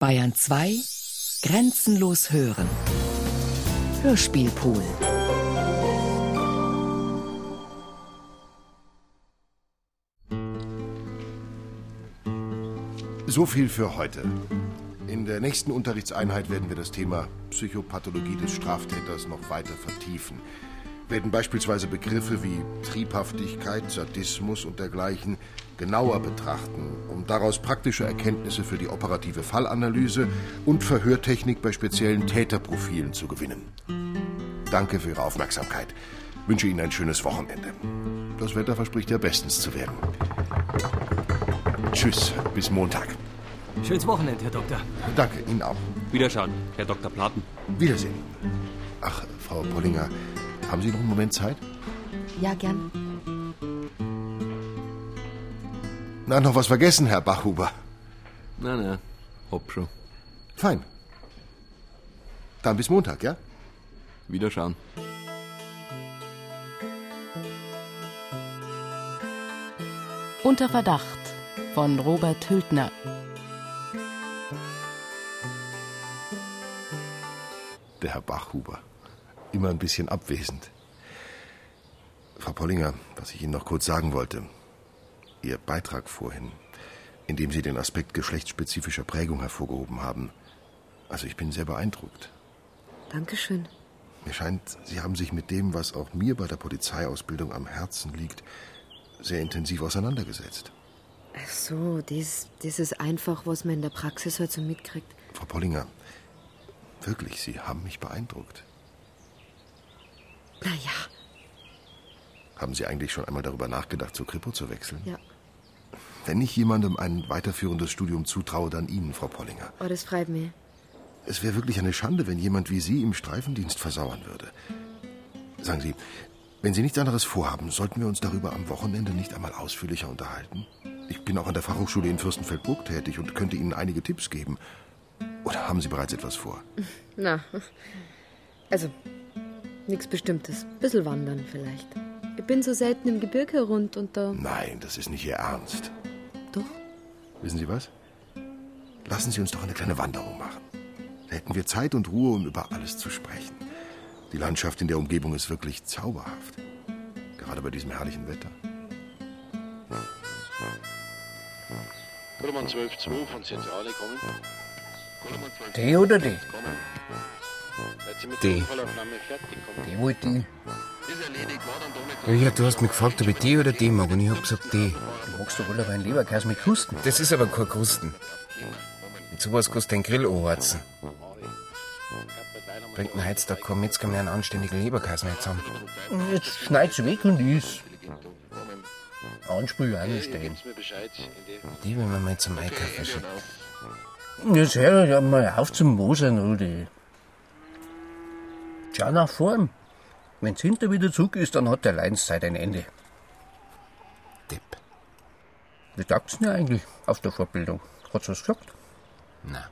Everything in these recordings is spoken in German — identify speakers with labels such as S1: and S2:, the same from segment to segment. S1: Bayern 2 Grenzenlos hören. Hörspielpool.
S2: So viel für heute. In der nächsten Unterrichtseinheit werden wir das Thema Psychopathologie des Straftäters noch weiter vertiefen. Werden beispielsweise Begriffe wie Triebhaftigkeit, Sadismus und dergleichen genauer betrachten, um daraus praktische Erkenntnisse für die operative Fallanalyse und Verhörtechnik bei speziellen Täterprofilen zu gewinnen. Danke für Ihre Aufmerksamkeit. Wünsche Ihnen ein schönes Wochenende. Das Wetter verspricht ja bestens zu werden. Tschüss, bis Montag.
S3: Schönes Wochenende, Herr Doktor.
S2: Danke Ihnen auch.
S4: Wiederschauen, Herr Dr. Platen.
S2: Wiedersehen. Ach, Frau Pollinger, haben Sie noch einen Moment Zeit?
S5: Ja, gern.
S2: Na, noch was vergessen, Herr Bachhuber.
S4: Na, na, hopp schon.
S2: Fein. Dann bis Montag, ja?
S4: Wiederschauen.
S6: Unter Verdacht von Robert Hültner.
S2: Der Herr Bachhuber. Immer ein bisschen abwesend. Frau Pollinger, was ich Ihnen noch kurz sagen wollte. Ihr Beitrag vorhin, in dem Sie den Aspekt geschlechtsspezifischer Prägung hervorgehoben haben. Also ich bin sehr beeindruckt.
S5: Dankeschön.
S2: Mir scheint, Sie haben sich mit dem, was auch mir bei der Polizeiausbildung am Herzen liegt, sehr intensiv auseinandergesetzt.
S5: Ach so, das, das ist einfach, was man in der Praxis halt so mitkriegt.
S2: Frau Pollinger, wirklich, Sie haben mich beeindruckt.
S5: Naja,
S2: Haben Sie eigentlich schon einmal darüber nachgedacht, zur Kripo zu wechseln?
S5: ja.
S2: Wenn ich jemandem ein weiterführendes Studium zutraue, dann Ihnen, Frau Pollinger.
S5: Oh, das freut mich.
S2: Es wäre wirklich eine Schande, wenn jemand wie Sie im Streifendienst versauern würde. Sagen Sie, wenn Sie nichts anderes vorhaben, sollten wir uns darüber am Wochenende nicht einmal ausführlicher unterhalten? Ich bin auch an der Fachhochschule in Fürstenfeldbruck tätig und könnte Ihnen einige Tipps geben. Oder haben Sie bereits etwas vor?
S5: Na, also, nichts Bestimmtes. Bissel wandern vielleicht. Ich bin so selten im Gebirge rund und da.
S2: Nein, das ist nicht Ihr Ernst.
S5: Doch?
S2: Wissen Sie was? Lassen Sie uns doch eine kleine Wanderung machen. Da hätten wir Zeit und Ruhe, um über alles zu sprechen. Die Landschaft in der Umgebung ist wirklich zauberhaft. Gerade bei diesem herrlichen Wetter.
S7: Hm.
S8: 12.2 von Zentrale kommen.
S9: Die oder die?
S8: Seid ihr mit
S9: Die.
S8: der Vollaufnahme fertig kommen?
S9: Die wollte ich.
S8: Ist erledigt, war dann damit.
S7: Ja, du hast mich gefragt, ob ich die oder die mag, und ich hab gesagt, die.
S9: Du magst doch alle meinen Leberkäse mit Krusten.
S7: Das ist aber kein Krusten. Mit sowas kannst du den Grill anheizen. Bringt mir heutzutage kein Metzger mehr einen anständigen Leberkäse mehr zusammen.
S9: Und Jetzt schneid's weg und iss. Anspül anstehen.
S8: Gibt's mir Bescheid. In der
S7: Die will man mal zum Einkaufen schicken.
S9: Jetzt hör doch mal auf zum Mosern, Rudi. Schau nach vorn. Wenn's hinter wieder zurück ist, dann hat der Leidenszeit ein Ende.
S7: Depp.
S9: Wie taugt's denn eigentlich auf der Fortbildung? Hat's was gesagt?
S7: Na,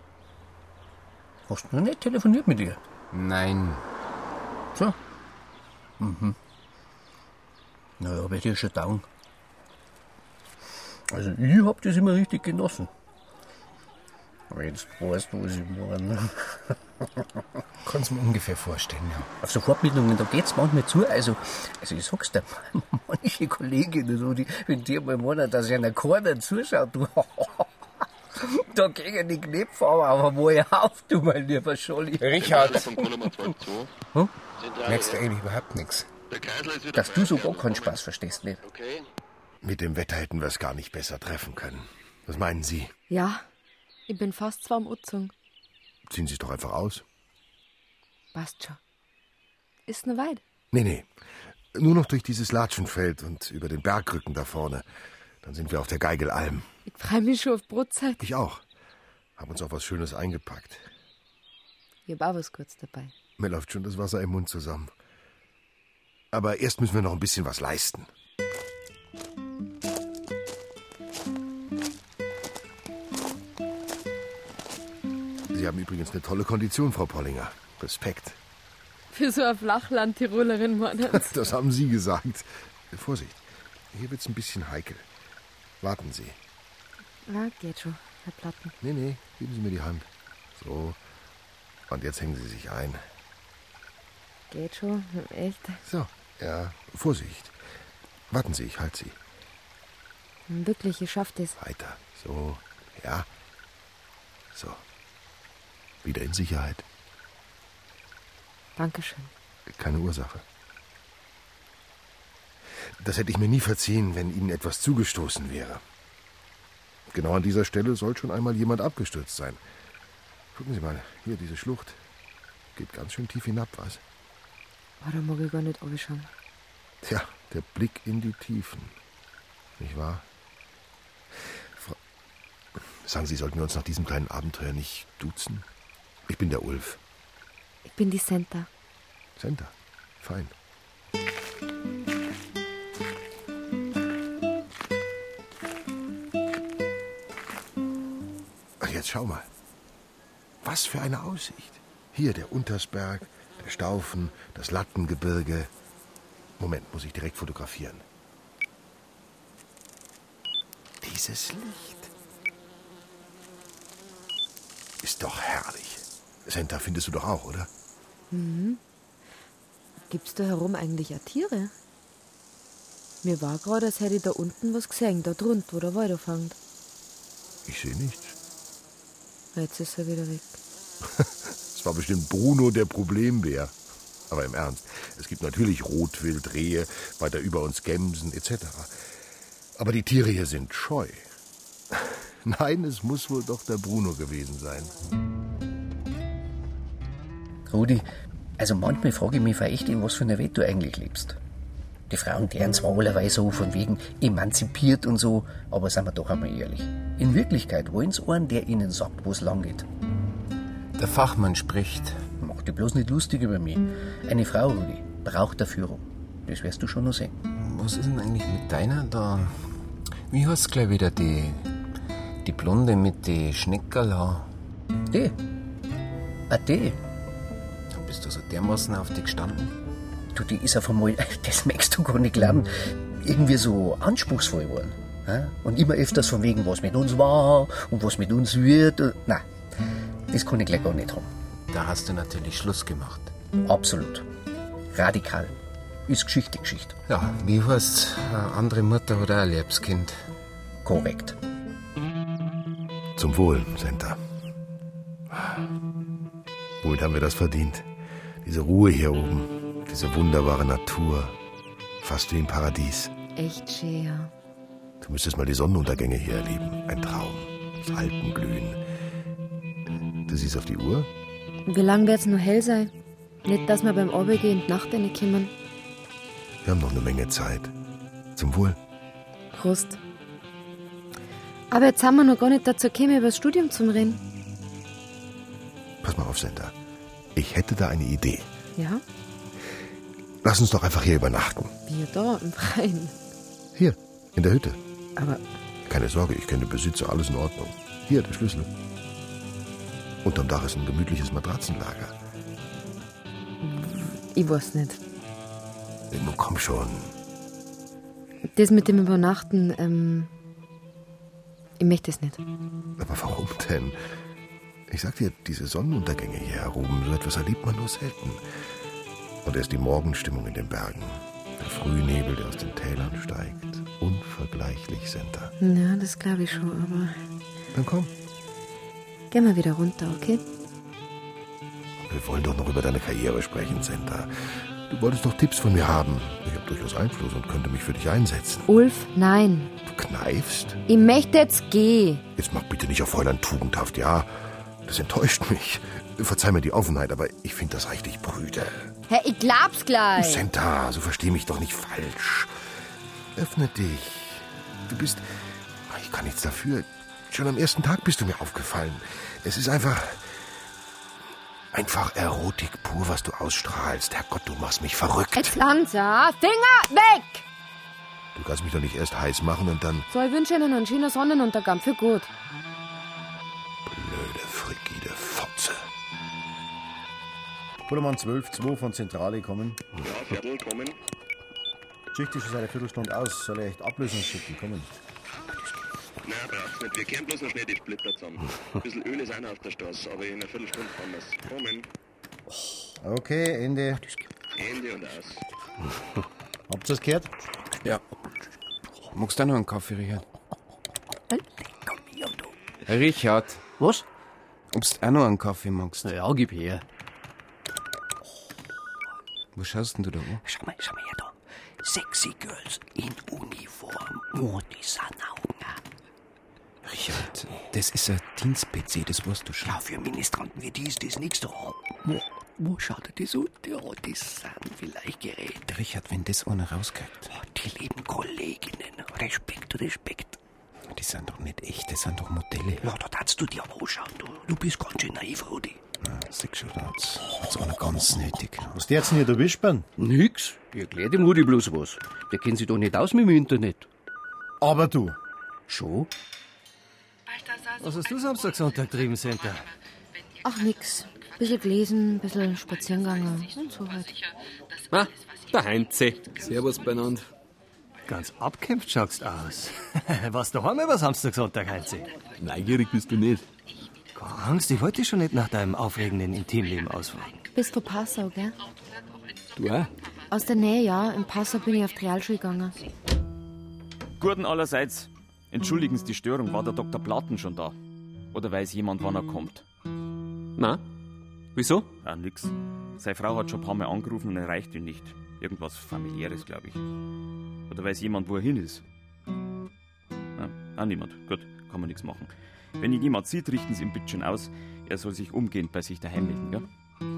S9: Hast du noch nicht telefoniert mit ihr?
S7: nein.
S9: So. Mhm. Naja, wird ja schon dauern. Also ich hab das immer richtig genossen. Aber jetzt weißt du, was ich meine.
S7: Kannst mir ungefähr vorstellen, ja.
S9: Auf so Fortbildungen, da geht's manchmal zu. Also, also ich sag's dir, manche Kolleginnen, so, die, wenn die mal meinen, dass einer keiner zuschaut, du, da gehen die Knöpfe aber aber wohl auf, du mein lieber Scholli.
S7: Richard,
S8: von Kolumn 12.2.
S9: Hm?
S8: Zentrale.
S7: merkst du eigentlich überhaupt nichts.
S8: Der Kreisler ist wieder.
S9: Dass du so gar keinen Spaß verstehst, nicht?
S8: Okay.
S2: Mit dem Wetter hätten wir es gar nicht besser treffen können. Was meinen Sie?
S5: Ja,
S6: Ich bin fast zwar am Uzung.
S2: Ziehen Sie es doch einfach aus.
S5: passt schon.
S6: Ist ne weit.
S2: Nee, nee. Nur noch durch dieses Latschenfeld und über den Bergrücken da vorne. Dann sind wir auf der Geigelalm.
S6: Ich freu mich schon auf Brotzeit.
S2: Ich auch. Haben uns auch was Schönes eingepackt.
S6: Ich hab auch was kurz dabei.
S2: Mir läuft schon das Wasser im Mund zusammen. Aber erst müssen wir noch ein bisschen was leisten. Sie haben übrigens eine tolle Kondition, Frau Pollinger. Respekt.
S6: Für so eine Flachland-Tirolerin, Mann.
S2: Das haben Sie gesagt. Vorsicht, hier wird's ein bisschen heikel. Warten Sie.
S5: Na, geht schon, Herr Platten.
S2: Nee, nee, geben Sie mir die Hand. So. Und jetzt hängen Sie sich ein.
S5: Geht schon, echt.
S2: So. Ja, Vorsicht. Warten Sie, ich halte Sie.
S5: Wirklich, ihr schafft es.
S2: Weiter. So. Ja. So. Wieder in Sicherheit.
S5: Dankeschön.
S2: Keine Ursache. Das hätte ich mir nie verziehen, wenn Ihnen etwas zugestoßen wäre. Genau an dieser Stelle soll schon einmal jemand abgestürzt sein. Gucken Sie mal, hier diese Schlucht. Geht ganz schön tief hinab, was?
S5: Oh, da mag ich gar nicht anschauen.
S2: Tja, der Blick in die Tiefen. Nicht wahr? Fra Sagen Sie, sollten wir uns nach diesem kleinen Abenteuer nicht duzen? Ich bin der Ulf.
S5: Ich bin die Senta.
S2: Center. Fein. Ach, jetzt schau mal. Was für eine Aussicht. Hier der Untersberg, der Staufen, das Lattengebirge. Moment, muss ich direkt fotografieren. Dieses Licht. Ist doch herrlich. Senta findest du doch auch, oder?
S5: Mhm. Gibt's da herum eigentlich auch Tiere? Mir war gerade, als hätte ich da unten was gesehen, da drunten, wo der Wald anfängt.
S2: Ich sehe nichts.
S5: Jetzt ist er wieder weg.
S2: Es war bestimmt Bruno der Problembär. Aber im Ernst, es gibt natürlich Rotwild, Rehe, weiter über uns Gämsen etc. Aber die Tiere hier sind scheu. Nein, es muss wohl doch der Bruno gewesen sein.
S9: Rudi, also manchmal frage ich mich vor echt, in was für einer Welt du eigentlich lebst. Die Frauen deren zwar allerweise so von wegen emanzipiert und so, aber seien wir doch einmal ehrlich. In Wirklichkeit wollen sie einen, der ihnen sagt, wo es lang geht.
S7: Der Fachmann spricht.
S9: Mach dich bloß nicht lustig über mich. Eine Frau, Rudi, braucht eine Führung. Das wirst du schon noch sehen.
S7: Was ist denn eigentlich mit deiner da? Wie heißt gleich wieder die. Die Blonde mit die Schneckerl?
S9: Die. Ah, die.
S7: Da bist du so dermaßen auf die gestanden.
S9: Du, die ist auf einmal, das merkst du gar nicht glauben, irgendwie so anspruchsvoll geworden. hä? Und immer öfters von wegen, was mit uns war und was mit uns wird. und- Nein, das kann ich gleich gar nicht haben.
S7: Da hast du natürlich Schluss gemacht.
S9: Absolut. Radikal. Ist Geschichte, Geschichte.
S7: Ja, wie heißt's? Eine andere Mutter oder ein Leibskind.
S9: Korrekt.
S2: Zum Wohl, Senta. Womit haben wir das verdient? Diese Ruhe hier oben, diese wunderbare Natur. Fast wie im Paradies.
S5: Echt schön, ja.
S2: Du müsstest mal die Sonnenuntergänge hier erleben. Ein Traum. Das Alpenglühen. Du siehst auf die Uhr?
S5: Wie lange wird's noch hell sein? Nicht, dass wir beim Abendgehen in die Nacht reinkommen.
S2: Wir haben noch eine Menge Zeit. Zum Wohl.
S5: Prost. Aber jetzt haben wir noch gar nicht dazu gekommen, über das Studium zu reden.
S2: Pass mal auf, Senta. Ich hätte da eine Idee.
S5: Ja?
S2: Lass uns doch einfach hier übernachten.
S5: Wir da im Freien.
S2: Hier, in der Hütte.
S5: Aber
S2: Keine Sorge, ich kenne den Besitzer, alles in Ordnung. Hier, der Schlüssel. Unterm Dach ist ein gemütliches Matratzenlager.
S5: ich weiß nicht.
S2: Äh, Nun komm schon.
S5: Das mit dem Übernachten, ähm. Ich möchte es nicht.
S2: Aber warum denn? Ich sag dir, diese Sonnenuntergänge hier heroben, so etwas erlebt man nur selten. Und erst die Morgenstimmung in den Bergen, der Frühnebel, der aus den Tälern steigt. Unvergleichlich, Senta.
S5: Ja, das glaube ich schon, aber.
S2: Dann komm.
S5: Gehen wir wieder runter, okay?
S2: Wir wollen doch noch über deine Karriere sprechen, Senta. Du wolltest doch Tipps von mir haben. Ich habe durchaus Einfluss und könnte mich für dich einsetzen.
S5: Ulf, nein.
S2: Du kneifst?
S5: Ich möchte jetzt gehen.
S2: Jetzt mach bitte nicht auf Fräulein tugendhaft, ja? Das enttäuscht mich. Verzeih mir die Offenheit, aber ich finde das reichlich brüde.
S5: Hä, ich glaub's gleich.
S2: Senta, so versteh mich doch nicht falsch. Öffne dich. Du bist. Ach, Ich kann nichts dafür. Schon am ersten Tag bist du mir aufgefallen. Es ist einfach. Einfach Erotik pur, was du ausstrahlst. Herrgott, du machst mich verrückt.
S5: Jetzt langsam. Finger weg!
S2: Du kannst mich doch nicht erst heiß machen und dann.
S5: So, ich wünsche Ihnen einen schönen Sonnenuntergang. Für gut.
S2: Blöde, frigide Fotze.
S10: Pullermann 12, 2 von Zentrale kommen.
S8: Viertel kommen.
S10: Schicht ist schon seit einer Viertelstunde aus, soll er echt Ablösung schicken, kommen.
S8: Nein, braucht's nicht. Wir kehren bloß noch schnell die Splitter zusammen. Ein bisschen Öl ist auch noch auf der Straße, aber in einer Viertelstunde fahren wir's. Kommen.
S10: Okay, Ende.
S8: Ende und aus.
S10: Habt ihr es gehört?
S7: Ja. Magst du auch noch einen Kaffee, Richard? Herr Richard.
S3: Was?
S7: Ob du auch noch einen Kaffee magst?
S3: Na ja, gib her.
S7: Was schaust denn du da an?
S11: Schau mal, schau mal her da. Sexy Girls in Uniform. Und die Sanaugen.
S7: Richard, das ist ein Dienst-PC, das weißt du schon.
S11: Ja, für Ministranten wie die ist das nichts da. Wo, wo schaut ihr das an? Ja, das oh, sind vielleicht Geräte.
S7: Richard, wenn das einer rauskriegt.
S11: Die lieben Kolleginnen. Respekt, Respekt.
S7: Die sind doch nicht echt, das sind doch Modelle.
S11: Ja, da darfst du dir aber anschauen. Du, du bist ganz schön naiv, Rudi.
S7: Na, siehst schon, da hat's, hat's einer ganz nötig.
S10: Was der jetzt denn hier erwischt werden?
S12: Nix. Ich erklär dem Rudi bloß was. Der kennt sich doch nicht aus mit dem Internet.
S10: Aber du.
S12: Schon?
S3: Was hast du Samstag, Sonntag drüben, Center?
S5: Ach, nix. Bisschen gelesen, bisschen Spaziergänge und so halt.
S4: Ah, der Heinze. Servus beieinander.
S3: Ganz abkämpft schaust aus. Was daheim über Samstag, Sonntag, Heinze?
S4: Neugierig bist du nicht.
S3: Keine Angst, ich wollte dich schon nicht nach deinem aufregenden Intimleben ausfragen.
S5: Bist von Passau, gell?
S4: Du auch?
S5: Aus der Nähe, ja. In Passau bin ich auf die Realschule gegangen.
S13: Guten allerseits. Entschuldigen Sie die Störung, war der Dr. Platten schon da? Oder weiß jemand, wann er kommt?
S4: Na? Wieso?
S13: Ah, nix. Seine Frau hat schon ein paar Mal angerufen und erreicht ihn nicht. Irgendwas familiäres, glaube ich. Oder weiß jemand, wo er hin ist? Ah, ah niemand. Gut, kann man nichts machen. Wenn ihn jemand sieht, richten Sie ihn bitte schön aus. Er soll sich umgehend bei sich daheim melden, gell?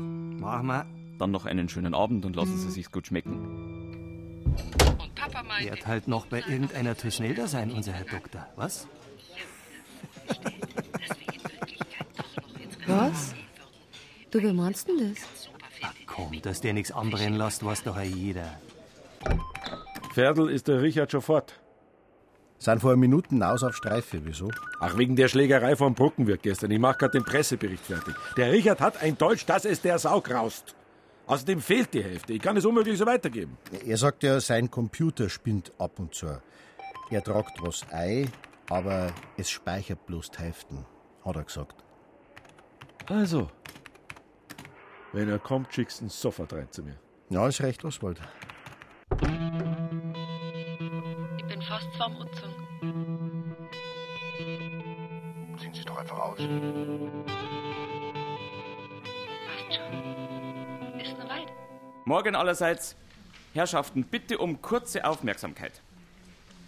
S3: Machen wir.
S13: Dann noch einen schönen Abend und lassen Sie sich's gut schmecken.
S3: Wird halt noch bei irgendeiner Tischnelda sein, unser Herr Doktor. Was?
S5: Was? Du, wie meinst denn das?
S3: Komm, dass der nichts anbrennen lässt, weiß doch jeder.
S10: Pferdl ist der Richard schon fort. Sind vor Minuten aus auf Streife, wieso?
S14: Ach, wegen der Schlägerei vom Brückenwirt gestern. Ich mache gerade den Pressebericht fertig. Der Richard hat ein Deutsch, das ist der Sau graust. Außerdem fehlt die Hälfte. Ich kann es unmöglich so weitergeben.
S10: Er sagt ja, sein Computer spinnt ab und zu. Er tragt was ein, aber es speichert bloß die Hälften, hat er gesagt.
S14: Also, wenn er kommt, schickst ihn sofort rein zu mir.
S10: Ja, ist recht, Oswald.
S15: Ich bin fast vorm Umzug.
S2: Ziehen Sie doch einfach aus.
S15: Passt schon. Ist noch weit.
S13: Morgen allerseits. Herrschaften, bitte um kurze Aufmerksamkeit.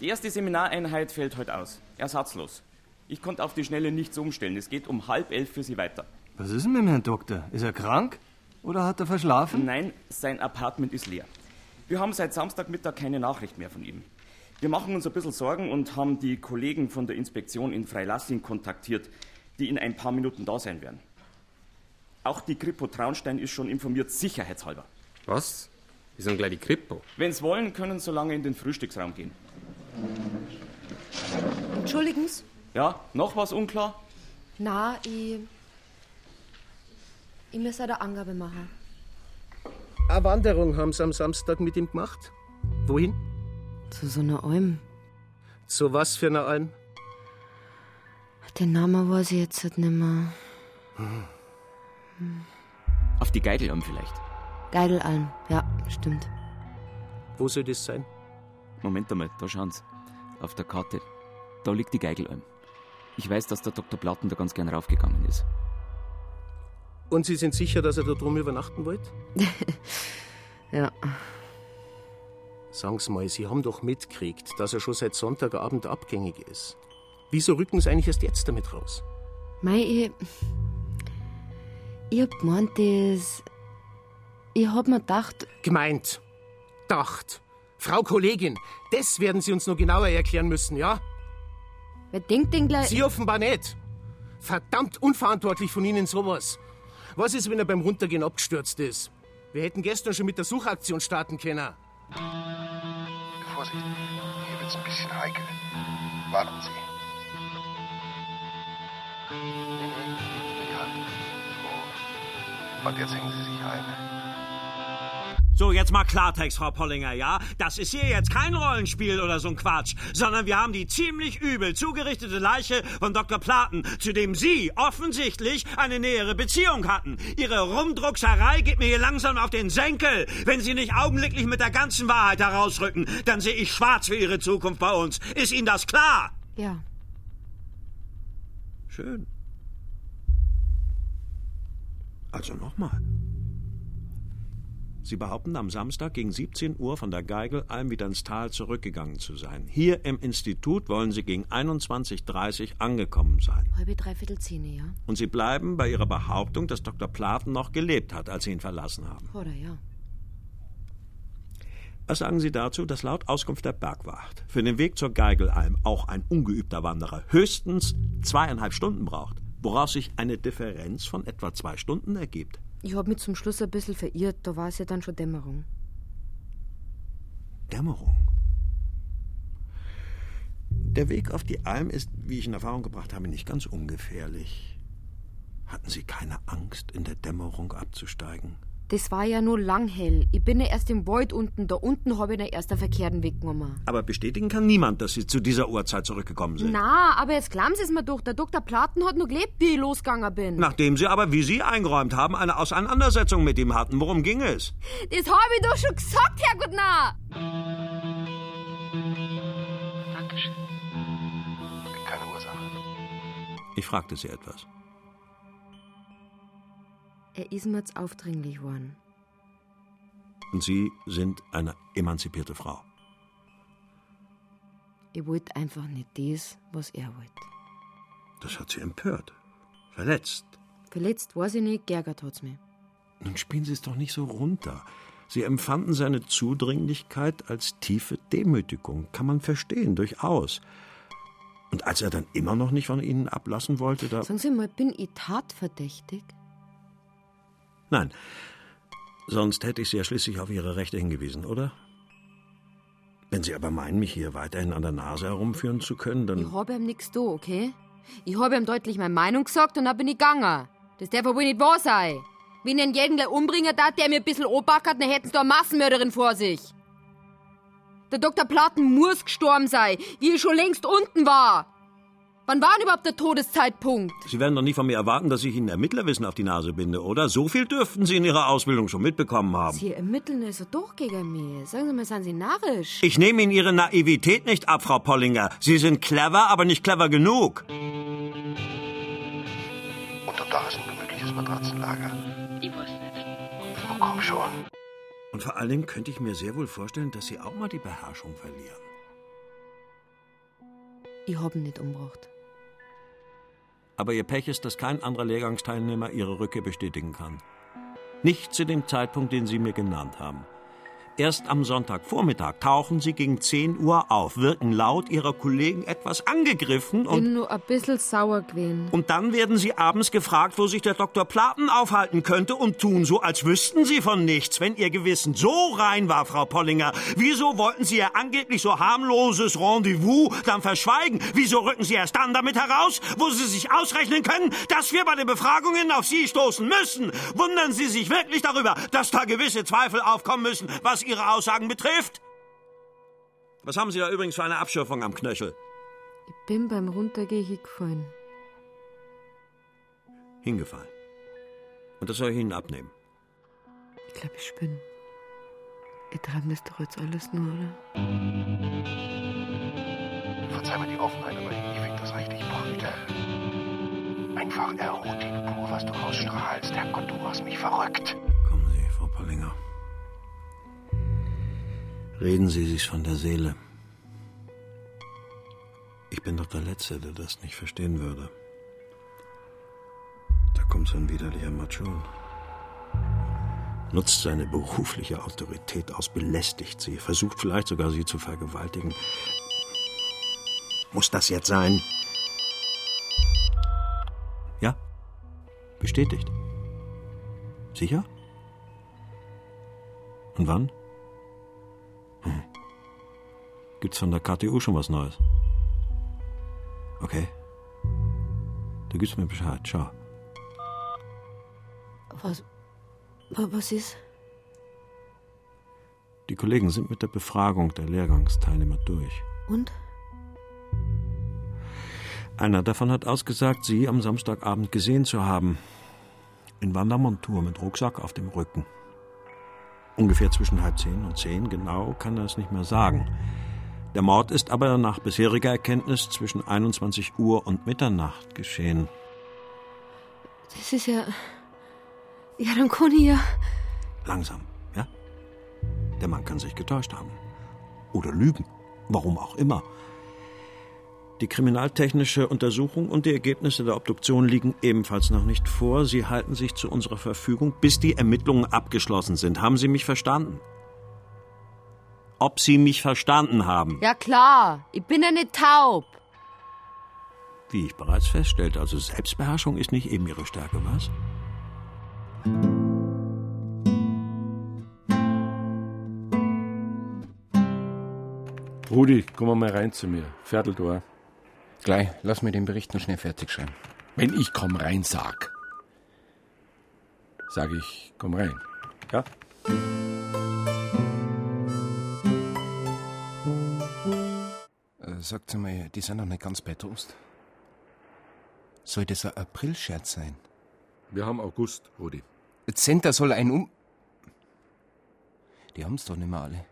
S13: Die erste Seminareinheit fällt heute aus. Ersatzlos. Ich konnte auf die Schnelle nichts umstellen. Es geht um halb elf für Sie weiter.
S3: Was ist denn mit dem Herrn Doktor? Ist er krank? Oder hat er verschlafen?
S13: Nein, sein Apartment ist leer. Wir haben seit Samstagmittag keine Nachricht mehr von ihm. Wir machen uns ein bisschen Sorgen und haben die Kollegen von der Inspektion in Freilassing kontaktiert, die in ein paar Minuten da sein werden. Auch die Kripo Traunstein ist schon informiert, sicherheitshalber.
S4: Was? Wir sind gleich die Kripo.
S13: Wenn's wollen, können so lange in den Frühstücksraum gehen.
S5: Entschuldigen's?
S13: Ja, noch was unklar?
S5: Na, ich. Ich muss eine Angabe machen.
S12: Eine Wanderung haben sie am Samstag mit ihm gemacht. Wohin?
S5: Zu so einer Alm.
S12: Zu was für einer Alm?
S5: Den Namen weiß ich jetzt halt nicht mehr.
S13: Auf die Geigelalm vielleicht.
S5: Geidelalm, ja, stimmt.
S12: Wo soll das sein?
S13: Moment einmal, da schauen Sie. Auf der Karte. Da liegt die Geigelalm. Ich weiß, dass der Dr. Platten da ganz gern raufgegangen ist.
S12: Und Sie sind sicher, dass ihr da drum übernachten wollt?
S5: ja.
S12: Sagen's mal, Sie haben doch mitgekriegt, dass er schon seit Sonntagabend abgängig ist. Wieso rücken Sie eigentlich erst jetzt damit raus?
S5: Mei, ich. Ich hab gemeint, das. Ich hab mir gedacht,
S12: Gemeint. Dacht. Frau Kollegin, das werden Sie uns nur genauer erklären müssen, ja?
S5: wer denkt denn gleich.
S12: Sie offenbar nicht. Verdammt unverantwortlich von Ihnen sowas. Was ist, wenn er beim Runtergehen abgestürzt ist? Wir hätten gestern schon mit der Suchaktion starten können.
S2: Vorsicht, hier wird's ein bisschen heikel. Warten Sie. Nee, nee, egal. So. Und jetzt hängen Sie sich ein.
S16: So, jetzt mal Klartext, Frau Pollinger, ja? Das ist hier jetzt kein Rollenspiel oder so ein Quatsch, sondern wir haben die ziemlich übel zugerichtete Leiche von Dr. Platen, zu dem Sie offensichtlich eine nähere Beziehung hatten. Ihre Rumdruckserei geht mir hier langsam auf den Senkel. Wenn Sie nicht augenblicklich mit der ganzen Wahrheit herausrücken, dann sehe ich schwarz für Ihre Zukunft bei uns. Ist Ihnen das klar?
S17: Ja.
S16: Schön. Also nochmal. Sie behaupten, am Samstag gegen 17 Uhr von der Geigelalm wieder ins Tal zurückgegangen zu sein. Hier im Institut wollen Sie gegen 21.30 Uhr angekommen sein.
S5: Halbe, dreiviertel Zähne, ja?
S16: Und Sie bleiben bei Ihrer Behauptung, dass Dr. Platen noch gelebt hat, als Sie ihn verlassen haben.
S5: Oder ja.
S16: Was sagen Sie dazu, dass laut Auskunft der Bergwacht für den Weg zur Geigelalm auch ein ungeübter Wanderer höchstens zweieinhalb Stunden braucht, woraus sich eine Differenz von etwa zwei Stunden ergibt?
S5: Ich hab mich zum Schluss ein bisschen verirrt, da war es ja dann schon Dämmerung.
S16: Dämmerung. Der Weg auf die Alm ist, wie ich in Erfahrung gebracht habe, nicht ganz ungefährlich. Hatten Sie keine Angst, in der Dämmerung abzusteigen?
S5: Das war ja nur lang hell. Ich bin ja erst im Wald unten, da unten hab ich ja erst einen verkehrten Weg genommen.
S16: Aber bestätigen kann niemand, dass Sie zu dieser Uhrzeit zurückgekommen sind.
S5: Na, aber jetzt glauben Sie es mir doch, der Dr. Platen hat noch gelebt, wie ich losgegangen bin.
S16: Nachdem Sie aber, wie Sie eingeräumt haben, eine Auseinandersetzung mit ihm hatten, worum ging es?
S5: Das hab ich doch schon gesagt, Herr Gutner!
S18: Dankeschön.
S16: Keine Ursache. Ich fragte Sie etwas.
S5: Er ist mir jetzt aufdringlich geworden.
S16: Und Sie sind eine emanzipierte Frau.
S5: Ich wollte einfach nicht das, was er wollte.
S16: Das hat Sie empört, verletzt.
S5: Verletzt weiß ich nicht, geärgert hat's mich.
S16: Nun spielen Sie es doch nicht so runter. Sie empfanden seine Zudringlichkeit als tiefe Demütigung. Kann man verstehen, durchaus. Und als er dann immer noch nicht von Ihnen ablassen wollte, da.
S5: Sagen Sie mal, bin ich tatverdächtig?
S16: Nein. Sonst hätte ich Sie ja schließlich auf Ihre Rechte hingewiesen, oder? Wenn Sie aber meinen, mich hier weiterhin an der Nase herumführen zu können, dann.
S5: Ich hab ihm nix da, okay? Ich hab ihm deutlich meine Meinung gesagt und dann bin ich gegangen. Das darf wohl nicht wahr sein. Wenn ich einen jeden gleich umbringen darf, der mir ein bisschen obackert, dann hätten sie da eine Massenmörderin vor sich. Der Dr. Platten muss gestorben sein, wie ich schon längst unten war. Wann war denn überhaupt der Todeszeitpunkt?
S16: Sie werden doch nicht von mir erwarten, dass ich Ihnen Ermittlerwissen auf die Nase binde, oder? So viel dürften Sie in Ihrer Ausbildung schon mitbekommen haben.
S5: Sie ermitteln also doch gegen mich. Sagen Sie mal, sind Sie narrisch?
S16: Ich nehme Ihnen Ihre Naivität nicht ab, Frau Pollinger. Sie sind clever, aber nicht clever genug.
S18: Unterm Dach ist ein gemütliches Matratzenlager. Ich weiß nicht. komm schon.
S16: Und vor allem könnte ich mir sehr wohl vorstellen, dass Sie auch mal die Beherrschung verlieren.
S5: Ich hab ihn nicht umgebracht.
S16: Aber ihr Pech ist, dass kein anderer Lehrgangsteilnehmer ihre Rückkehr bestätigen kann. Nicht zu dem Zeitpunkt, den Sie mir genannt haben. Erst am Sonntagvormittag tauchen Sie gegen 10 Uhr auf, wirken laut Ihrer Kollegen etwas angegriffen und...
S5: bin nur ein bisschen sauer gewesen.
S16: Und dann werden Sie abends gefragt, wo sich der Dr. Platen aufhalten könnte und tun so, als wüssten Sie von nichts. Wenn Ihr Gewissen so rein war, Frau Pollinger, wieso wollten Sie Ihr angeblich so harmloses Rendezvous dann verschweigen? Wieso rücken Sie erst dann damit heraus, wo Sie sich ausrechnen können, dass wir bei den Befragungen auf Sie stoßen müssen? Wundern Sie sich wirklich darüber, dass da gewisse Zweifel aufkommen müssen, was Ihre Aussagen betrifft? Was haben Sie da übrigens für eine Abschürfung am Knöchel?
S5: Ich bin beim Runtergehen hingefallen.
S16: Hingefallen. Und das soll ich Ihnen abnehmen.
S17: Ich glaube, ich spinne. Ihr treibt das doch jetzt alles nur, oder?
S18: Verzeih mir die Offenheit, aber ich finde das richtig brüde. Einfach Erotik pur, was du ausstrahlst. Herrgott, du machst mich verrückt.
S16: Kommen Sie, Frau Pollinger. Reden Sie sich's von der Seele. Ich bin doch der Letzte, der das nicht verstehen würde. Da kommt so ein widerlicher Machon. Nutzt seine berufliche Autorität aus, belästigt sie, versucht vielleicht sogar sie zu vergewaltigen. Muss das jetzt sein? Ja? Bestätigt. Sicher? Und wann? Hm. Gibt's von der KTU schon was Neues? Okay. Du gibst mir Bescheid, schau.
S5: Was, wa- was ist?
S16: Die Kollegen sind mit der Befragung der Lehrgangsteilnehmer durch.
S5: Und?
S16: Einer davon hat ausgesagt, sie am Samstagabend gesehen zu haben. In Wandermontur mit Rucksack auf dem Rücken. Ungefähr zwischen halb zehn und zehn, genau kann er es nicht mehr sagen. Der Mord ist aber nach bisheriger Erkenntnis zwischen 21 Uhr und Mitternacht geschehen.
S5: Das ist ja. Ja, dann Conny ja.
S16: Langsam, ja? Der Mann kann sich getäuscht haben. Oder lügen. Warum auch immer. Die kriminaltechnische Untersuchung und die Ergebnisse der Obduktion liegen ebenfalls noch nicht vor. Sie halten sich zu unserer Verfügung, bis die Ermittlungen abgeschlossen sind. Haben Sie mich verstanden? Ob Sie mich verstanden haben?
S19: Ja klar, ich bin ja nicht taub.
S16: Wie ich bereits feststellte, also Selbstbeherrschung ist nicht eben Ihre Stärke, was?
S14: Rudi, komm mal rein zu mir. Vierteltor.
S7: Gleich, lass mir den Bericht noch schnell fertig schreiben.
S14: Wenn ich komm rein sag, sag ich, komm rein. Ja?
S7: Äh, sagt mal, die sind noch nicht ganz bei Trost. Soll das ein Aprilscherz sein?
S14: Wir haben August, Rudi.
S7: Center soll ein Um. Die haben's doch nicht mehr alle.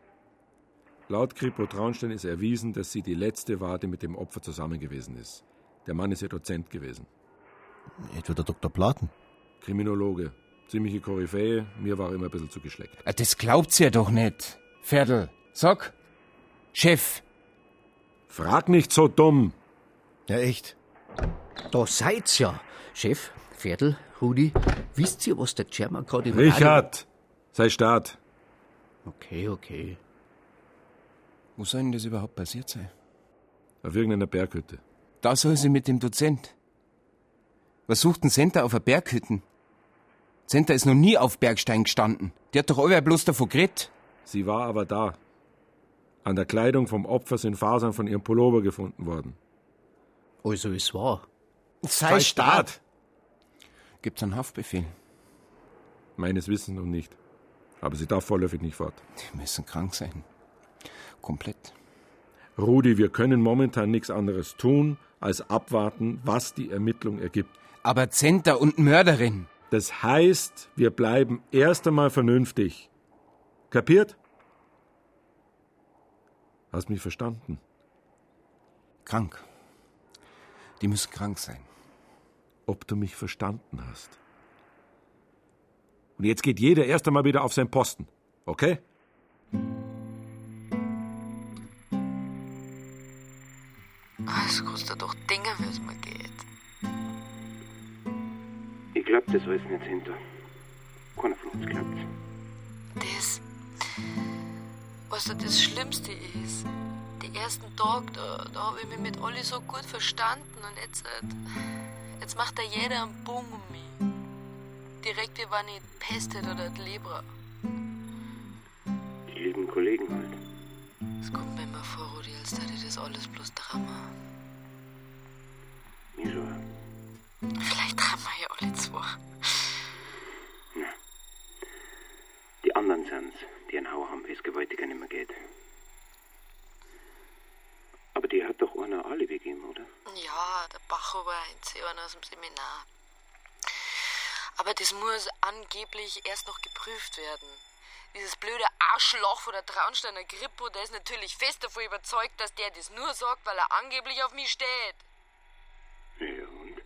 S14: Laut Kripo Traunstein ist erwiesen, dass sie die letzte war, die mit dem Opfer zusammen gewesen ist. Der Mann ist ihr Dozent gewesen.
S10: Etwa der Dr. Platen.
S14: Kriminologe. Ziemliche Koryphäe, mir war er immer ein bisschen zu geschleckt.
S7: Ah, Das glaubt's ja doch nicht. Viertel, sag. Chef.
S14: Frag nicht so dumm.
S10: Ja, echt.
S9: Da seid's ja. Chef, Pferdl, Rudi, wisst ihr, was der German gerade im
S14: Richard, sei Start.
S9: Okay, okay.
S7: Wo soll denn das überhaupt passiert sein?
S14: Auf irgendeiner Berghütte.
S7: Da soll sie mit dem Dozent. Was sucht ein Center auf einer Berghütten? Center ist noch nie auf Bergstein gestanden. Der Oh, hat doch euer bloß davon geredet.
S14: Sie war aber da. An der Kleidung vom Opfer sind Fasern von ihrem Pullover gefunden worden.
S9: Also es war.
S7: Sei Staat! Gibt's einen Haftbefehl?
S14: Meines Wissens noch nicht. Aber sie darf vorläufig nicht fort.
S7: Die müssen krank sein. Komplett.
S14: Rudi, wir können momentan nichts anderes tun, als abwarten, was die Ermittlung ergibt.
S7: Aber Zenter und Mörderin.
S14: Das heißt, wir bleiben erst einmal vernünftig. Kapiert? Hast mich verstanden?
S7: Krank. Die müssen krank sein.
S14: Ob du mich verstanden hast. Und jetzt geht jeder erst einmal wieder auf seinen Posten, okay?
S5: Es kostet doch Dinge, wie es mir geht.
S18: Ich glaub, das weiß nicht hinter. Keiner von uns glaubt.
S5: Das. Was da das Schlimmste ist. Die ersten Tage, da, da habe ich mich mit alle so gut verstanden und jetzt. äh, Jetzt macht da jeder einen Bogen um mich. Direkt wie wenn ich pestet oder die Lebra.
S18: Die lieben Kollegen halt.
S5: Es kommt mir immer vor, Rudi, als hätte ich das alles bloß Drama.
S18: Wieso?
S5: Vielleicht Drama ja alle zwei.
S18: Na. Die anderen sind's, die einen Hauer haben, wie es gewaltiger nimmer geht. Aber die hat doch einer Alibi gegeben, oder?
S5: Ja, der Bacher war ein Zehn aus dem Seminar. Aber das muss angeblich erst noch geprüft werden. Dieses blöde Arschloch von der Traunsteiner Grippo, der ist natürlich fest davon überzeugt, dass der das nur sagt, weil er angeblich auf mich steht.
S18: Ja, und?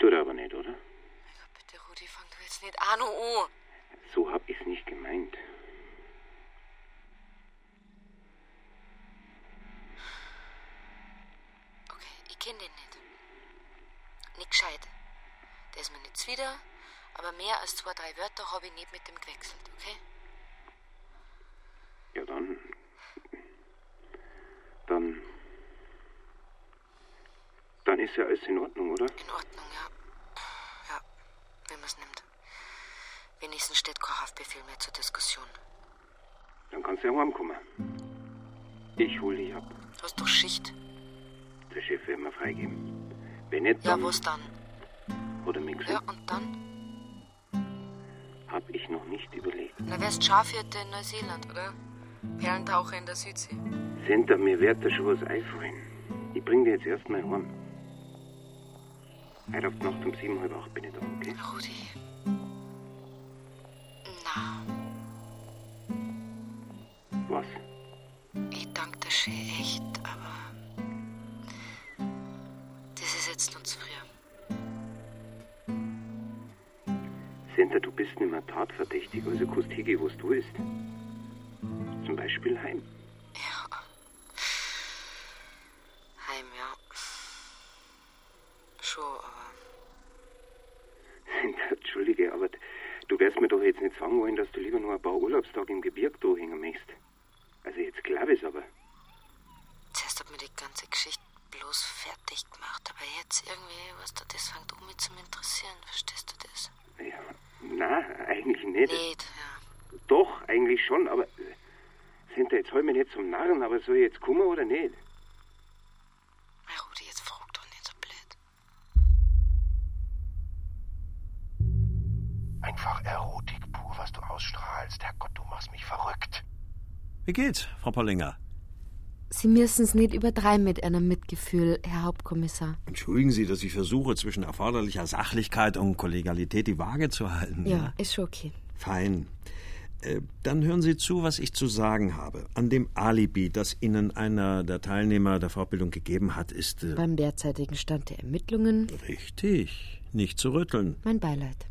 S18: Tut er aber nicht, oder?
S5: Bitte, Rudi, fang du jetzt nicht an, oh. oh.
S18: So hab ich's nicht gemeint.
S5: Ich kenn den nicht. Nicht gescheit. Der ist mir nicht zuwider, aber mehr als zwei, drei Wörter habe ich nicht mit dem gewechselt, okay?
S18: Ja, dann. Dann. Dann ist ja alles in Ordnung, oder?
S5: In Ordnung, ja. Ja, wenn man es nimmt. Wenigstens steht kein Haftbefehl mehr zur Diskussion.
S18: Dann kannst du ja heimkommen. Ich hol dich ab.
S5: Hast doch Schicht.
S18: Der Chef wird mir freigeben. Wenn nicht,
S5: Ja,
S18: dann...
S5: was dann?
S18: Oder mich
S5: Ja, und dann?
S18: Hab ich noch nicht überlegt.
S6: Na, wärst Schafhirte in Neuseeland, oder? Perlentaucher in der Südsee.
S18: Senta, mir wird da schon was einfallen. Ich bring dir jetzt erstmal heim. Heute auf die Nacht um sieben, halb acht bin ich da, okay?
S6: Rudi.
S18: Was?
S6: Ich danke dir schön echt, aber das ist jetzt noch zu früh.
S18: Senta, du bist nicht mehr tatverdächtig, also kannst hingehen, was du willst. Zum Beispiel heim.
S6: Heim, ja. Schon, aber
S18: Senta, entschuldige, aber du wirst mir doch jetzt nicht sagen wollen, dass du lieber nur ein paar Urlaubstage im Gebirg da hängen möchtest. Also jetzt glaube ich aber.
S6: zuerst hat mir die ganze Geschichte bloß fertig gemacht. Aber jetzt irgendwie, was da das fängt um mich zum Interessieren. Verstehst du das?
S18: Na, eigentlich nicht.
S6: Nicht,
S18: Doch, eigentlich schon, aber. äh, Senta, jetzt hol mich nicht zum Narren, aber soll ich jetzt kommen oder nicht?
S6: Na, Rudi, jetzt frag doch nicht so blöd.
S15: Einfach Erotik pur, was du ausstrahlst. Herrgott, du machst mich verrückt.
S16: Wie geht's, Frau Pollinger?
S5: Sie müssen es nicht übertreiben mit einem Mitgefühl, Herr Hauptkommissar.
S16: Entschuldigen Sie, dass ich versuche, zwischen erforderlicher Sachlichkeit und Kollegialität die Waage zu halten.
S5: Ja, ist schon okay.
S16: Fein. Äh, Dann hören Sie zu, was ich zu sagen habe. An dem Alibi, das Ihnen einer der Teilnehmer der Fortbildung gegeben hat, ist äh,
S5: Beim derzeitigen Stand der Ermittlungen
S16: richtig, nicht zu rütteln.
S5: mein Beileid.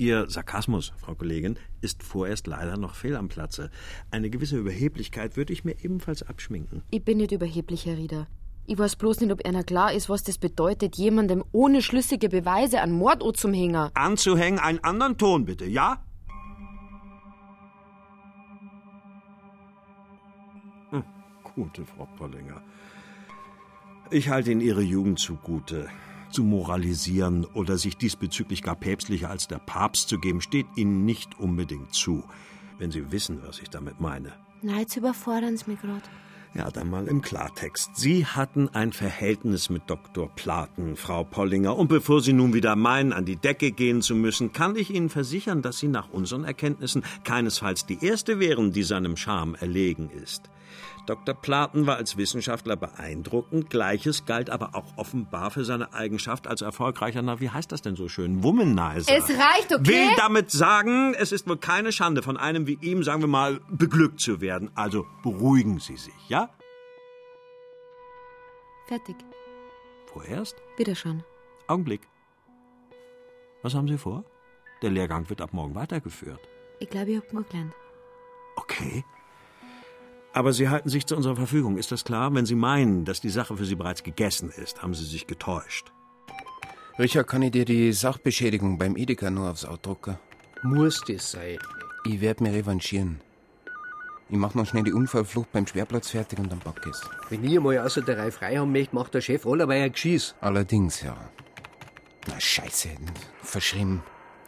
S16: Ihr Sarkasmus, Frau Kollegin, ist vorerst leider noch fehl am Platze. Eine gewisse Überheblichkeit würde ich mir ebenfalls abschminken.
S5: Ich bin nicht überheblich, Herr Rieder. Ich weiß bloß nicht, ob einer klar ist, was das bedeutet, jemandem ohne schlüssige Beweise an Mord zum Hänger.
S16: Anzuhängen, einen anderen Ton bitte, ja? Hm, Gute Frau Pollinger. Ich halte Ihnen Ihre Jugend zugute. Zu moralisieren oder sich diesbezüglich gar päpstlicher als der Papst zu geben, steht Ihnen nicht unbedingt zu, wenn Sie wissen, was ich damit meine.
S5: Nein, jetzt überfordern Sie mich gerade.
S16: Ja, dann mal im Klartext. Sie hatten ein Verhältnis mit Dr. Platen, Frau Pollinger. Und bevor Sie nun wieder meinen, an die Decke gehen zu müssen, kann ich Ihnen versichern, dass Sie nach unseren Erkenntnissen keinesfalls die Erste wären, die seinem Charme erlegen ist. Dr. Platen war als Wissenschaftler beeindruckend. Gleiches galt aber auch offenbar für seine Eigenschaft als erfolgreicher, na, wie heißt das denn so schön? Womanizer.
S5: Es reicht, okay?
S16: Will damit sagen, es ist wohl keine Schande, von einem wie ihm, sagen wir mal, beglückt zu werden. Also beruhigen Sie sich, ja?
S5: Fertig.
S16: Vorerst?
S5: Wieder schon.
S16: Augenblick. Was haben Sie vor? Der Lehrgang wird ab morgen weitergeführt.
S5: Ich glaube, ich hab nur gelernt.
S16: Okay. Aber Sie halten sich zu unserer Verfügung, ist das klar? Wenn Sie meinen, dass die Sache für Sie bereits gegessen ist, haben Sie sich getäuscht.
S7: Richard, kann ich dir die Sachbeschädigung beim Edeka nur aufs Auto drucken?
S9: Muss das sein?
S7: Ich werd mich revanchieren. Ich mach noch schnell die Unfallflucht beim Schwerplatz fertig und dann pack ich's.
S9: Wenn ich einmal außer der Reihe frei haben möchte, macht der Chef allerweil ein Geschiss.
S7: Allerdings, ja. Na, scheiße. Verschrieben.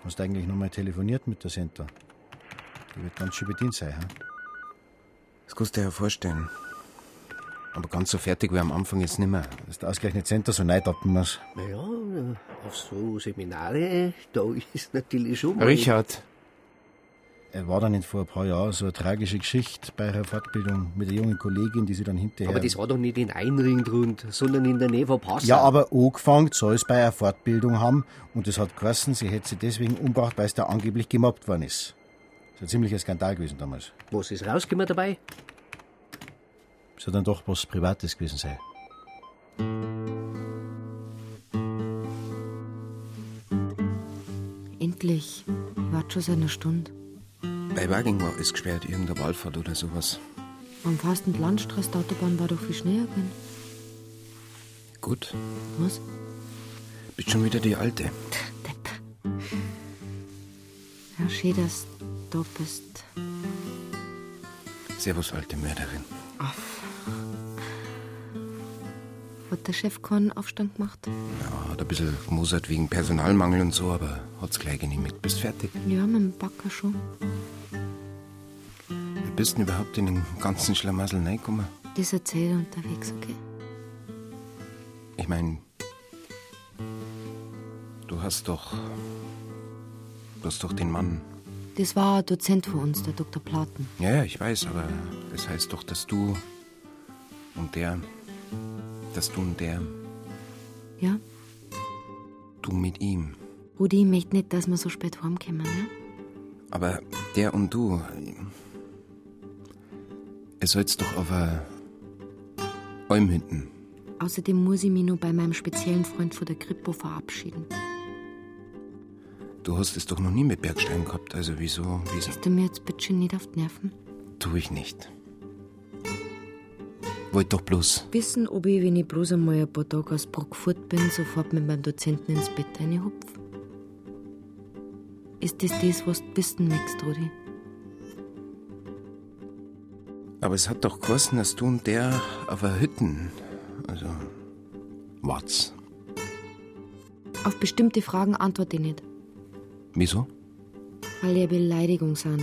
S10: Hast du eigentlich nochmal telefoniert mit der Center? Die wird ganz schön bedient sein, hä?
S7: Das kannst du dir ja vorstellen. Aber ganz so fertig wie am Anfang ist nimmer.
S10: Dass der ausgerechnet Center so neidappen muss.
S9: Naja, auf so Seminare, da ist natürlich schon. mal-
S7: Richard.
S10: Er war da nicht vor ein paar Jahren so eine tragische Geschichte bei einer Fortbildung mit der jungen Kollegin, die sie dann hinterher.
S9: Aber das war doch nicht in Einring drund, sondern in der Nähe von Passau.
S10: ja, aber angefangen soll es bei einer Fortbildung haben und es hat geheißen, sie hätte sie deswegen umgebracht, weil es da angeblich gemobbt worden ist. Das ist ein ziemlicher Skandal gewesen damals.
S9: Was ist rausgekommen dabei?
S10: Soll dann doch was Privates gewesen sein.
S5: Endlich. Ich warte schon seit einer Stunde.
S7: Bei Wagen war es gesperrt, irgendeine Wallfahrt oder sowas.
S5: Am fastend Landstraß der Autobahn war doch viel schneller gehen.
S7: Gut.
S5: Was?
S7: Bist schon wieder die Alte.
S5: Ja, schön, dass du da bist.
S7: Servus, alte Mörderin.
S5: Hat der Chef keinen Aufstand gemacht?
S7: Ja, Ah, hat ein bisschen gemosert wegen Personalmangel und so, aber hat's gleich genehmigt. Bist fertig.
S5: Ja, mit dem Backer schon.
S7: Wie bist denn überhaupt in den ganzen Schlamassel reingekommen?
S5: Das erzählt er unterwegs, okay?
S7: Ich meine, du hast doch. Du hast doch den Mann
S5: Das war ein Dozent von uns, der Dr. Platen.
S7: Ja, ja, ich weiß, aber es heißt doch, dass du und der, dass du und der,
S5: Ja?
S7: du mit ihm,
S5: Rudi, ich möchte nicht, dass wir so spät heimkommen, ne?
S7: aber der und du, ihr sollt doch auf äh, Alm hinten.
S5: Außerdem muss ich mich nur bei meinem speziellen Freund von der Kripo verabschieden.
S7: Du hast es doch noch nie mit Bergstein gehabt, also wieso, wieso?
S5: Du mir jetzt bitte schön nicht auf die Nerven.
S7: Tue ich nicht. Wollt doch bloß.
S5: Wissen, ob ich, wenn ich bloß einmal ein paar Tage aus Brockfurt bin, sofort mit meinem Dozenten ins Bett reinhupf? Ist das das, was du wissen möchtest, Rudi?
S7: Aber es hat doch geheißen, dass du und der auf der Hütten. Also. Wart's.
S5: Auf bestimmte Fragen antworte ich nicht,
S7: Wieso?
S5: weil die eine Beleidigung sind.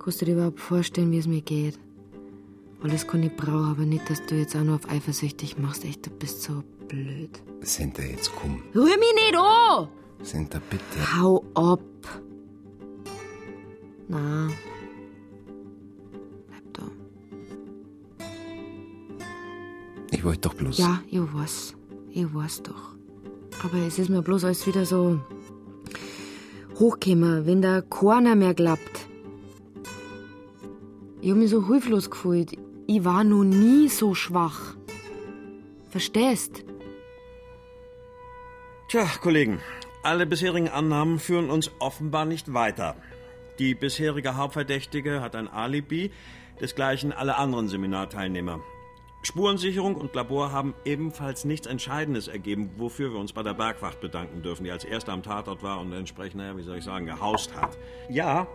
S5: Kannst du dir überhaupt vorstellen, wie es mir geht? Alles kann ich brauchen, aber nicht, dass du jetzt auch nur auf eifersüchtig machst. Echt, du bist so blöd.
S7: Sind da jetzt komm.
S5: Rühr mich nicht an!
S7: Sind da bitte.
S5: Hau ab! Na,
S7: Ich wollte doch bloß.
S5: Ja, ich weiß. Ich weiß doch. Aber es ist mir bloß alles wieder so hochgekommen, wenn da keiner mehr glaubt. Ich hab mich so hilflos gefühlt. Ich war noch nie so schwach. Verstehst?
S16: Tja, Kollegen, alle bisherigen Annahmen führen uns offenbar nicht weiter. Die bisherige Hauptverdächtige hat ein Alibi, desgleichen alle anderen Seminarteilnehmer. Spurensicherung und Labor haben ebenfalls nichts Entscheidendes ergeben, wofür wir uns bei der Bergwacht bedanken dürfen, die als erste am Tatort war und entsprechend, naja, wie soll ich sagen, gehaust hat. Ja,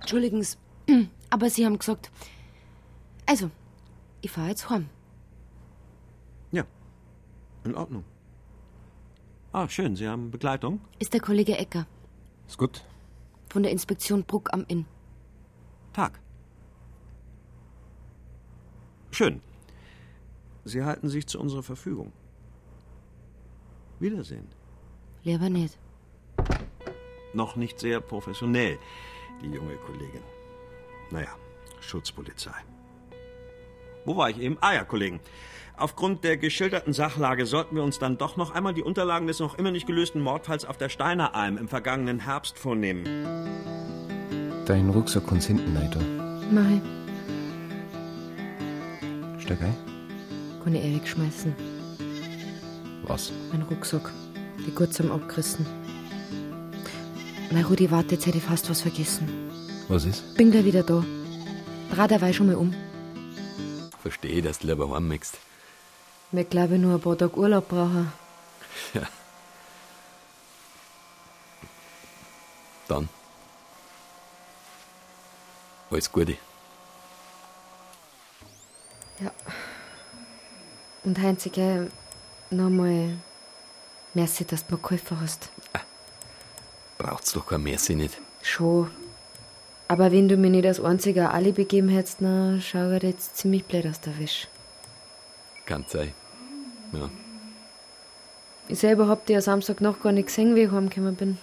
S5: Entschuldigens, aber Sie haben gesagt. Also, ich fahr jetzt heim.
S16: in Ordnung. Ah, schön, Sie haben Begleitung.
S5: Ist der Kollege Ecker
S16: Ist gut.
S5: von der Inspektion Bruck am Inn.
S16: Tag. Schön. Sie halten sich zu unserer Verfügung. Wiedersehen.
S5: Lieber nicht.
S16: Noch nicht sehr professionell, die junge Kollegin. Naja, Schutzpolizei. Wo war ich eben? Ah ja, Kollegen. Aufgrund der geschilderten Sachlage sollten wir uns dann doch noch einmal die Unterlagen des noch immer nicht gelösten Mordfalls auf der Steiner Alm im vergangenen Herbst vornehmen.
S7: Deinen Rucksack uns hinten weiter.
S5: Mach ich.
S7: Steig ein.
S5: Kann ich eh wegschmeißen.
S7: Was?
S5: Mein Rucksack. Die kurz am Abgerissen. Mein Rudi, warte, jetzt hätte ich fast was vergessen.
S4: Was ist?
S5: Bin gleich wieder da. Dreh dabei schon mal um.
S4: Verstehe, dass du lieber heimmächst.
S5: Wir glaube nur ein paar Tage Urlaub brauchen.
S4: Ja. Dann. Alles Gute.
S5: Und äh, Heinz, gell, nochmal. Merci, dass du mir geholfen hast.
S4: Braucht's doch kein Merci nicht.
S5: Schon. Aber wenn du mir nicht das einzige Alibi gegeben hättest, na, schau ich jetzt ziemlich blöd aus der Wäsche.
S4: Kann sein. Ja.
S5: Ich selber hab dich ja Samstag noch gar nicht gesehen, wie ich heimgekommen bin.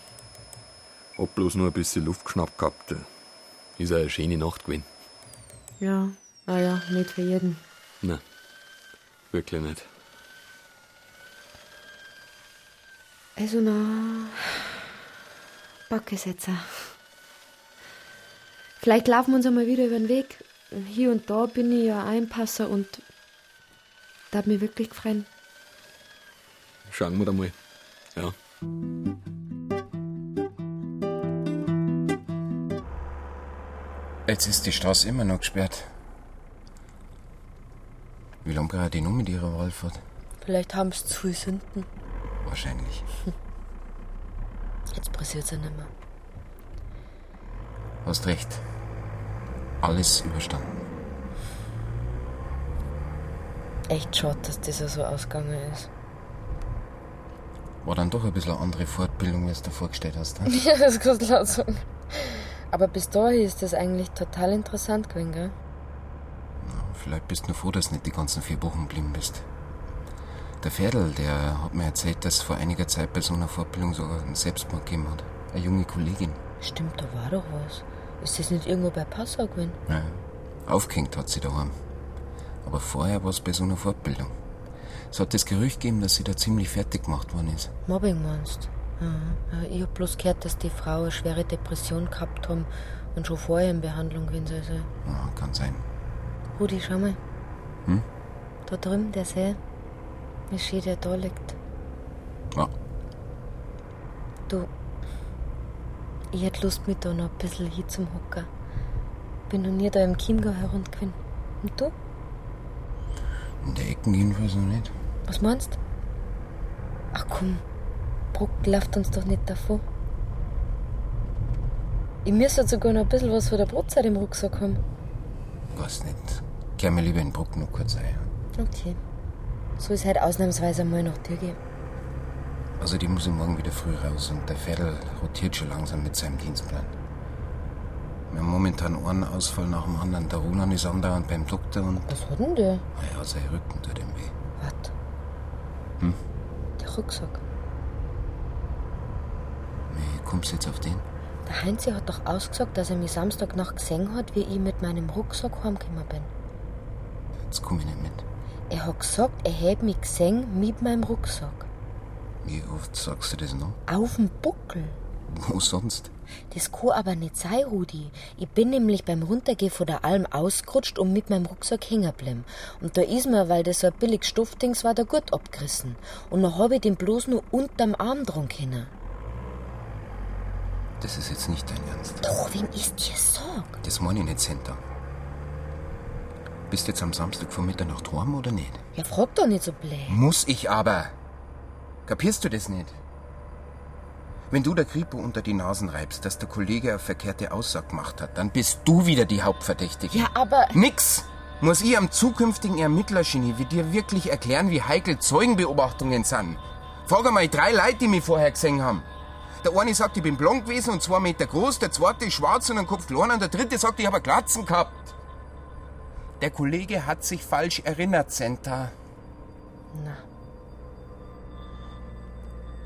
S4: Hab bloß nur ein bisschen Luft geschnappt gehabt. Ist eine schöne Nacht gewesen.
S5: Ja, ah ja, nicht für jeden.
S4: Nein. Wirklich nicht.
S5: Also na, Backesetzer. Vielleicht laufen wir uns einmal wieder über den Weg. Hier und da bin ich ja Einpasser und da hat mich wirklich gefreut.
S4: Schauen wir da mal. Ja.
S7: Jetzt ist die Straße immer noch gesperrt. Wie lange braucht die noch mit ihrer Wallfahrt?
S6: Vielleicht haben sie zu viel Sünden.
S7: Wahrscheinlich.
S6: Jetzt passiert es ja nicht mehr.
S7: Hast recht. Alles überstanden.
S6: Echt schade, dass das ja so ausgegangen ist.
S7: War dann doch ein bisschen eine andere Fortbildung, als du dir vorgestellt hast. ne? hä?
S6: Ja, das kannst du laut sagen. Aber bis dahin ist das eigentlich total interessant gewesen, gell?
S7: Vielleicht bist du nur froh, dass du nicht die ganzen vier Wochen geblieben bist. Der Ferdl, der hat mir erzählt, dass vor einiger Zeit bei so einer Fortbildung sogar einen Selbstmord gegeben hat. Eine junge Kollegin.
S5: Stimmt, da war doch was. Ist das nicht irgendwo bei Passau gewesen?
S7: Ja. Aufgehängt hat sie daheim. Aber vorher war es bei so einer Fortbildung. Es hat das Gerücht gegeben, dass sie da ziemlich fertig gemacht worden ist.
S5: Mobbing meinst du? Mhm. Ja, Ich hab bloß gehört, dass die Frau eine schwere Depression gehabt haben und schon vorher in Behandlung gewesen soll. sein.
S7: Ja, kann sein.
S5: Rudi, schau mal.
S7: Hm?
S5: Da drüben, der See. Wie schön der da liegt.
S7: Ja.
S5: Du, ich hätte Lust, mich da noch ein bisschen hinzuhocken. Bin noch nie da im Chiemgau herumgewesen. Und du?
S7: In der Ecken jedenfalls noch nicht.
S5: Was meinst? Ach komm, Bruck läuft uns doch nicht davon. Ich müsste sogar noch ein bisschen was von der Brotzeit im Rucksack haben.
S7: Weiß nicht. Kehr mir lieber in Bruck noch kurz ein.
S5: Okay. So ist halt ausnahmsweise mal noch Tür geben.
S7: Also die muss ich morgen wieder früh raus und der Vettel rotiert schon langsam mit seinem Dienstplan. Wir haben momentan einen Ausfall nach dem anderen. Der Roland ist andauernd beim Doktor und Ah
S5: Was hat denn der?
S7: ja, sein Rücken tut ihm weh.
S5: Was?
S7: Hm?
S5: Der Rucksack.
S7: Wie kommst du jetzt auf den?
S5: Der Heinzi hat doch ausgesagt, dass er mich Samstagnacht gesehen hat, wie ich mit meinem Rucksack heimgekommen bin.
S7: Jetzt komm ich nicht mit.
S5: Er hat gesagt, er hätte mich gesehen mit meinem Rucksack.
S7: Wie oft sagst du das noch?
S5: Auf dem Buckel.
S7: Wo sonst?
S5: Das kann aber nicht sein, Rudi. Ich bin nämlich beim Runtergehen von der Alm ausgerutscht und mit meinem Rucksack hängen geblieben. Und da ist mir, weil das so ein billig Stoffdings war, der Gurt abgerissen. Und dann habe ich den bloß nur unterm Arm dran können.
S7: Das ist jetzt nicht dein Ernst.
S5: Doch, wem ist dir Sorg?
S7: Das meine ich nicht, Senta. Bist jetzt am Samstag vor Mitternacht daheim oder nicht?
S5: Ja, frag doch nicht so blöd.
S7: Muss ich aber. Kapierst du das nicht? Wenn du der Kripo unter die Nasen reibst, dass der Kollege eine verkehrte Aussage gemacht hat, dann bist du wieder die Hauptverdächtige.
S5: Ja, aber.
S7: Nix! Muss ich am zukünftigen Ermittlergenie wie dir wirklich erklären, wie heikel Zeugenbeobachtungen sind? Frag einmal drei Leute, die mich vorher gesehen haben. Der eine sagt, ich bin blond gewesen und zwei Meter groß, der zweite ist schwarz und ein Kopf klein und der dritte sagt, ich habe einen Glatzen gehabt. Der Kollege hat sich falsch erinnert, Senta.
S5: Na.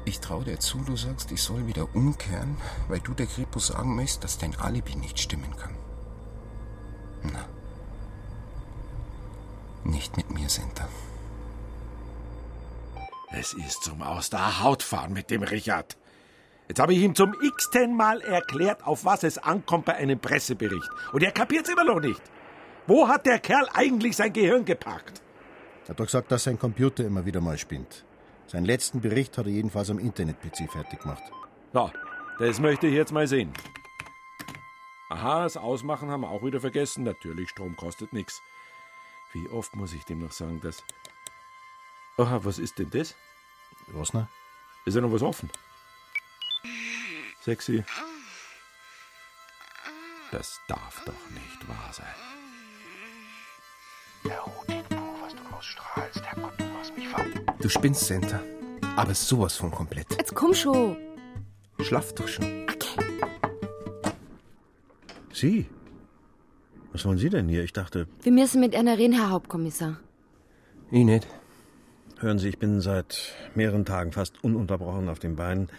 S7: Ich traue dir zu, du sagst, ich soll wieder umkehren, weil du der Kripo sagen möchtest, dass dein Alibi nicht stimmen kann. Na. Nicht mit mir, Senta.
S14: Es ist zum Aus der Haut fahren mit dem Richard. Jetzt habe ich ihm zum x-ten Mal erklärt, auf was es ankommt bei einem Pressebericht. Und er kapiert's immer noch nicht. Wo hat der Kerl eigentlich sein Gehirn geparkt?
S10: Er hat doch gesagt, dass sein Computer immer wieder mal spinnt. Seinen letzten Bericht hat er jedenfalls am Internet-PC fertig gemacht.
S14: So, das möchte ich jetzt mal sehen. Aha, das Ausmachen haben wir auch wieder vergessen. Natürlich, Strom kostet nichts. Wie oft muss ich dem noch sagen, dass... Aha, was ist denn das?
S10: Was ne?
S14: Ist ja noch was offen. Sexy. Das darf doch nicht wahr sein.
S20: Strahlst, Herr Gott, du hast mich verrückt.
S7: Du spinnst, Senta. Aber sowas von komplett.
S21: Jetzt komm schon.
S7: Schlaf doch schon.
S16: Sie? Was wollen Sie denn hier? Ich dachte,
S21: Wir müssen mit einer reden, Herr Hauptkommissar.
S7: ich nicht.
S16: Hören Sie, ich bin seit mehreren Tagen fast ununterbrochen auf den Beinen.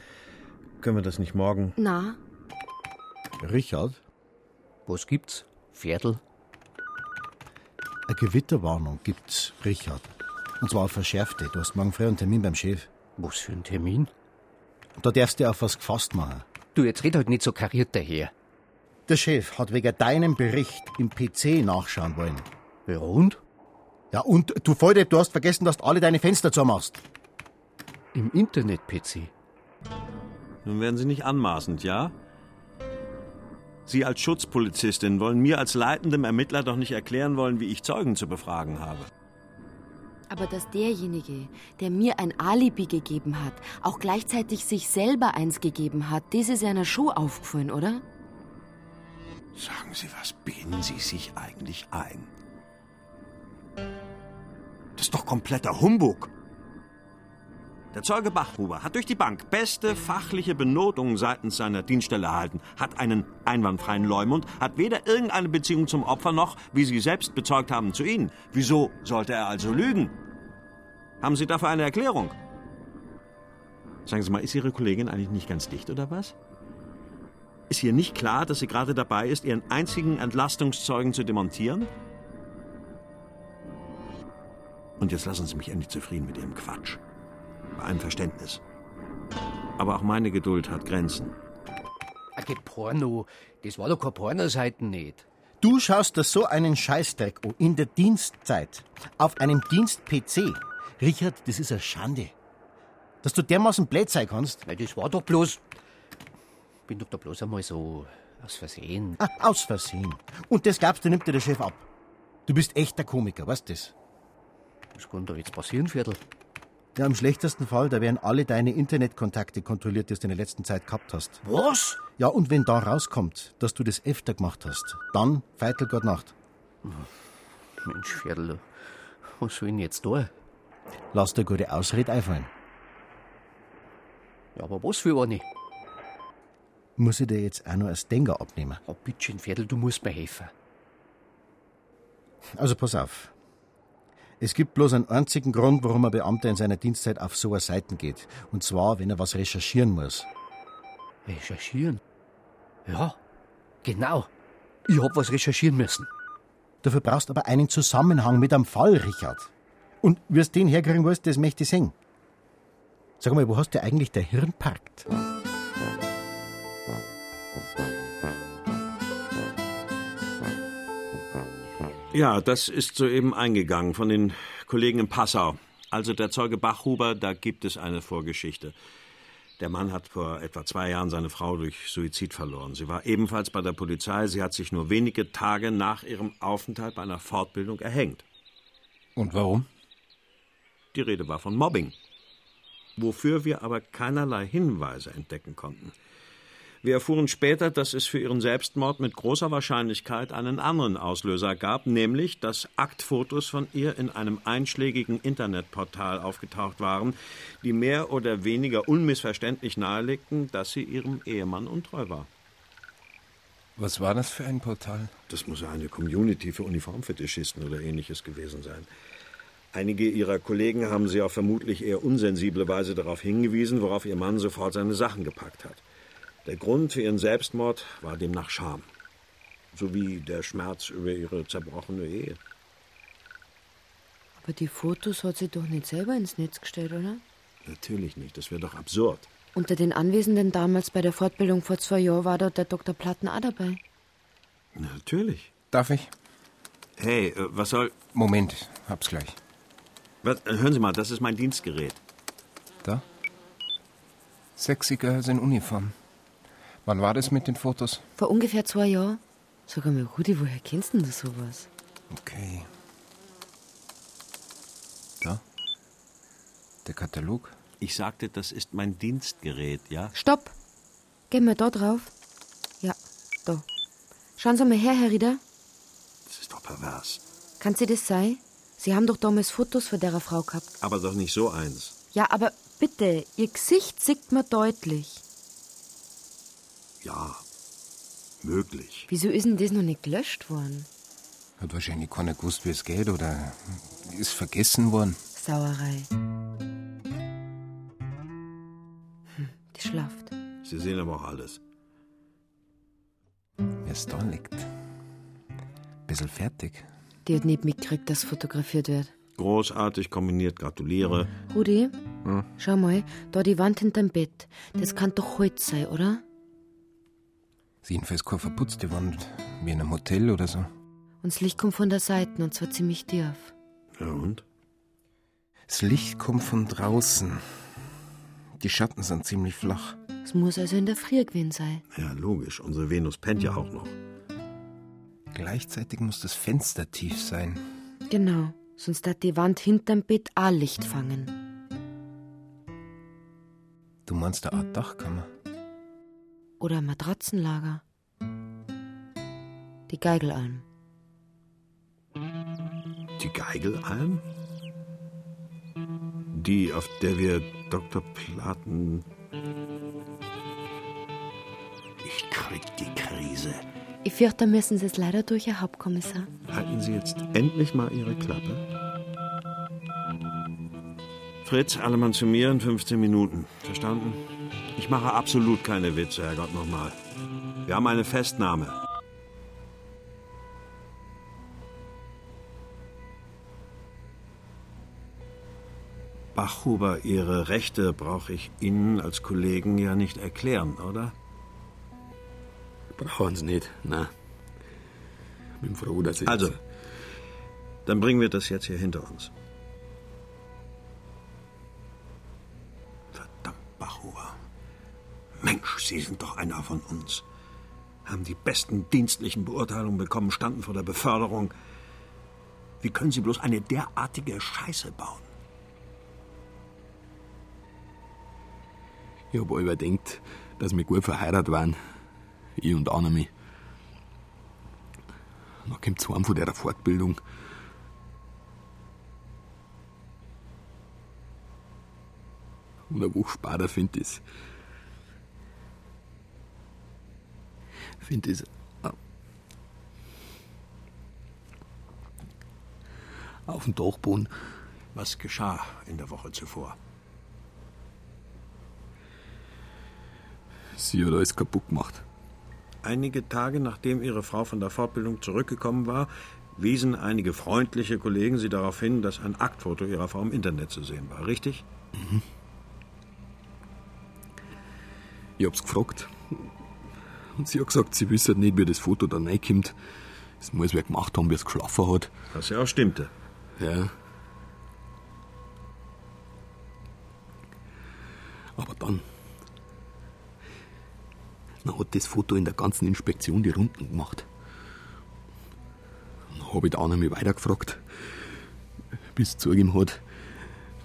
S16: Können wir das nicht morgen?
S21: Na,
S10: Richard?
S16: Was gibt's?
S10: Pferdl? Eine Gewitterwarnung gibt's, Richard. Und zwar eine verschärfte. Du hast morgen früh einen Termin beim Chef. Was für ein Termin? Da darfst du auf was gefasst machen.
S22: Du, jetzt red halt nicht so kariert daher.
S10: Der Chef hat wegen deinem Bericht im PC nachschauen wollen. Ja, und? Ja, und du Volldepp, du hast vergessen, dass du alle deine Fenster zumachst.
S16: Im Internet-PC. Nun werden Sie nicht anmaßend, ja? Sie als Schutzpolizistin wollen mir als leitendem Ermittler doch nicht erklären wollen, wie ich Zeugen zu befragen habe.
S21: aber dass derjenige, der mir ein Alibi gegeben hat, auch gleichzeitig sich selber eins gegeben hat, das ist einer Show aufgefallen, oder?
S23: Sagen Sie, was bilden Sie sich eigentlich ein?
S16: Das ist doch kompletter Humbug. Der Zeuge Bachhuber hat durch die Bank beste fachliche Benotungen seitens seiner Dienststelle erhalten, hat einen einwandfreien Leumund, hat weder irgendeine Beziehung zum Opfer noch, wie Sie selbst bezeugt haben, zu Ihnen. Wieso sollte er also lügen? Haben Sie dafür eine Erklärung? Sagen Sie mal, ist Ihre Kollegin eigentlich nicht ganz dicht oder was? Ist hier nicht klar, dass sie gerade dabei ist, ihren einzigen Entlastungszeugen zu demontieren? Und jetzt lassen Sie mich endlich zufrieden mit Ihrem Quatsch. Bei allem Verständnis. Aber auch meine Geduld hat Grenzen.
S9: Ein Ah, Porno. Das war doch keine Pornoseite nicht.
S10: Du schaust dir so einen Scheißdreck an, in der Dienstzeit, auf einem Dienst-PC. Richard, das ist eine Schande. Dass du dermaßen blöd sein kannst.
S9: Nein, das war doch bloß... Bin doch da bloß einmal so aus Versehen.
S10: Ah, aus Versehen. Und das gab's, dir nimmt dir der Chef ab. Du bist echter Komiker, weißt das?
S9: Was kann da jetzt passieren, Viertel?
S10: Ja, im schlechtesten Fall, da werden alle deine Internetkontakte kontrolliert, die du in der letzten Zeit gehabt hast.
S9: Was?
S10: Ja, und wenn da rauskommt, dass du das öfter gemacht hast, dann Feitel Gott Nacht.
S9: Mensch, Viertel, was soll ich denn jetzt da?
S10: Lass dir gute Ausrede einfallen.
S9: Ja, aber was für eine?
S10: Muss ich dir jetzt auch noch als Denker abnehmen?
S9: Oh, bitteschön, Viertel, du musst mir helfen.
S10: Also pass auf. Es gibt bloß einen einzigen Grund, warum ein Beamter in seiner Dienstzeit auf so eine Seiten geht. Und zwar, wenn er was recherchieren muss.
S9: Recherchieren? Ja, genau. Ich hab was recherchieren müssen.
S10: Dafür brauchst aber einen Zusammenhang mit einem Fall, Richard. Und wirst den herkriegen willst, das möchte ich sehen. Sag mal, wo hast du eigentlich der Hirn parkt?
S16: Ja, das ist soeben eingegangen von den Kollegen in Passau. Also der Zeuge Bachhuber, da gibt es eine Vorgeschichte. Der Mann hat vor etwa zwei Jahren seine Frau durch Suizid verloren. Sie war ebenfalls bei der Polizei. Sie hat sich nur wenige Tage nach ihrem Aufenthalt bei einer Fortbildung erhängt.
S2: Und warum?
S16: Die Rede war von Mobbing, wofür wir aber keinerlei Hinweise entdecken konnten. Wir erfuhren später, dass es für ihren Selbstmord mit großer Wahrscheinlichkeit einen anderen Auslöser gab, nämlich dass Aktfotos von ihr in einem einschlägigen Internetportal aufgetaucht waren, die mehr oder weniger unmissverständlich nahelegten, dass sie ihrem Ehemann untreu war.
S2: Was war das für ein Portal?
S16: Das muss ja Also eine Community für Uniformfetischisten oder ähnliches gewesen sein. Einige ihrer Kollegen haben sie auf vermutlich eher unsensible Weise darauf hingewiesen, worauf ihr Mann sofort seine Sachen gepackt hat. Der Grund für ihren Selbstmord war demnach Scham, sowie der Schmerz über ihre zerbrochene Ehe.
S5: Aber die Fotos hat sie doch nicht selber ins Netz gestellt, oder?
S16: Natürlich nicht, das wäre doch absurd.
S5: Unter den Anwesenden damals bei der Fortbildung vor zwei Jahren war dort der Dr. Platten auch dabei.
S16: Natürlich.
S7: Darf ich?
S16: Hey, äh, was soll...
S7: Moment, hab's gleich.
S16: Was, äh, hören Sie mal, das ist mein Dienstgerät.
S7: Da? Sexy Girls in Uniform. Wann war das mit den Fotos?
S5: Vor ungefähr zwei Jahren. Sag mal, Rudi, woher kennst denn du sowas?
S7: Okay. Da? Der Katalog?
S16: Ich sagte, das ist mein Dienstgerät, ja?
S5: Stopp! Gehen wir da drauf? Ja, da. Schauen Sie mal her, Herr Rieder.
S16: Das ist doch pervers.
S5: Kann sie das sein? Sie haben doch damals Fotos von derer Frau gehabt.
S16: Aber doch nicht so eins.
S5: Ja, aber bitte, ihr Gesicht sieht man deutlich.
S16: Ja, möglich.
S5: Wieso ist denn das noch nicht gelöscht worden?
S7: Hat wahrscheinlich keiner gewusst, wie es geht oder ist vergessen worden.
S5: Sauerei. Hm, die schlaft.
S16: Sie sehen aber auch alles.
S7: Wie es da liegt. Bisschen fertig.
S5: Die hat nicht mitgekriegt, dass fotografiert wird.
S16: Großartig kombiniert, gratuliere.
S5: Rudi,
S16: Hm?
S5: schau mal, da die Wand hinterm Bett. Das kann doch Holz sein, oder?
S7: Ist jedenfalls keine verputzte Wand, wie in einem Hotel oder so.
S5: Und das Licht kommt von der Seite und zwar ziemlich tief.
S16: Ja, und?
S7: Das Licht kommt von draußen. Die Schatten sind ziemlich flach.
S5: Es muss also in der Früh gewesen sein.
S16: Ja, logisch. Unsere Venus pennt ja auch noch.
S7: Gleichzeitig muss das Fenster tief sein.
S5: Genau, sonst hat die Wand hinterm Bett auch Licht fangen.
S7: Du meinst eine Art Dachkammer?
S5: Oder ein Matratzenlager. Die Geigelalm.
S16: Die Geigelalm? Die, auf der wir Dr. Platen. Ich krieg die Krise.
S5: Ich fürchte, da müssen Sie es leider durch, Herr Hauptkommissar.
S16: Halten Sie jetzt endlich mal Ihre Klappe. Fritz, alle Mann zu mir in 15 Minuten. Verstanden? Ich mache absolut keine Witze, Herrgott, nochmal. Wir haben eine Festnahme. Bachhuber, Ihre Rechte brauche ich Ihnen als Kollegen ja nicht erklären, oder?
S11: Brauchen Sie nicht, na. Bin froh, dass ich.
S16: Also, dann bringen wir das jetzt hier hinter uns. Verdammt, Bachhuber. Mensch, Sie sind doch einer von uns. Haben die besten dienstlichen Beurteilungen bekommen, standen vor der Beförderung. Wie können Sie bloß eine derartige Scheiße bauen?
S11: Ich hab überdenkt, dass wir gut verheiratet waren. Ich und Annemi. Dann kommt zu einem von der Fortbildung. Und eine Woche später finde ich es. Finde ich es.
S16: Auf dem Dachboden. Was geschah in der Woche zuvor?
S11: Sie hat alles kaputt gemacht.
S16: Einige Tage nachdem Ihre Frau von der Fortbildung zurückgekommen war, wiesen einige freundliche Kollegen Sie darauf hin, dass ein Aktfoto Ihrer Frau im Internet zu sehen war, richtig?
S11: Ich hab's gefragt. Und sie hat gesagt, sie wissen nicht, wie das Foto da reinkommt. Das muss wer gemacht haben, wie es geschlafen hat.
S16: Was ja auch stimmte.
S11: Ja. Aber dann. Dann hat das Foto in der ganzen Inspektion die Runden gemacht. Dann habe ich die Annahme weitergefragt, bis es zugegeben hat,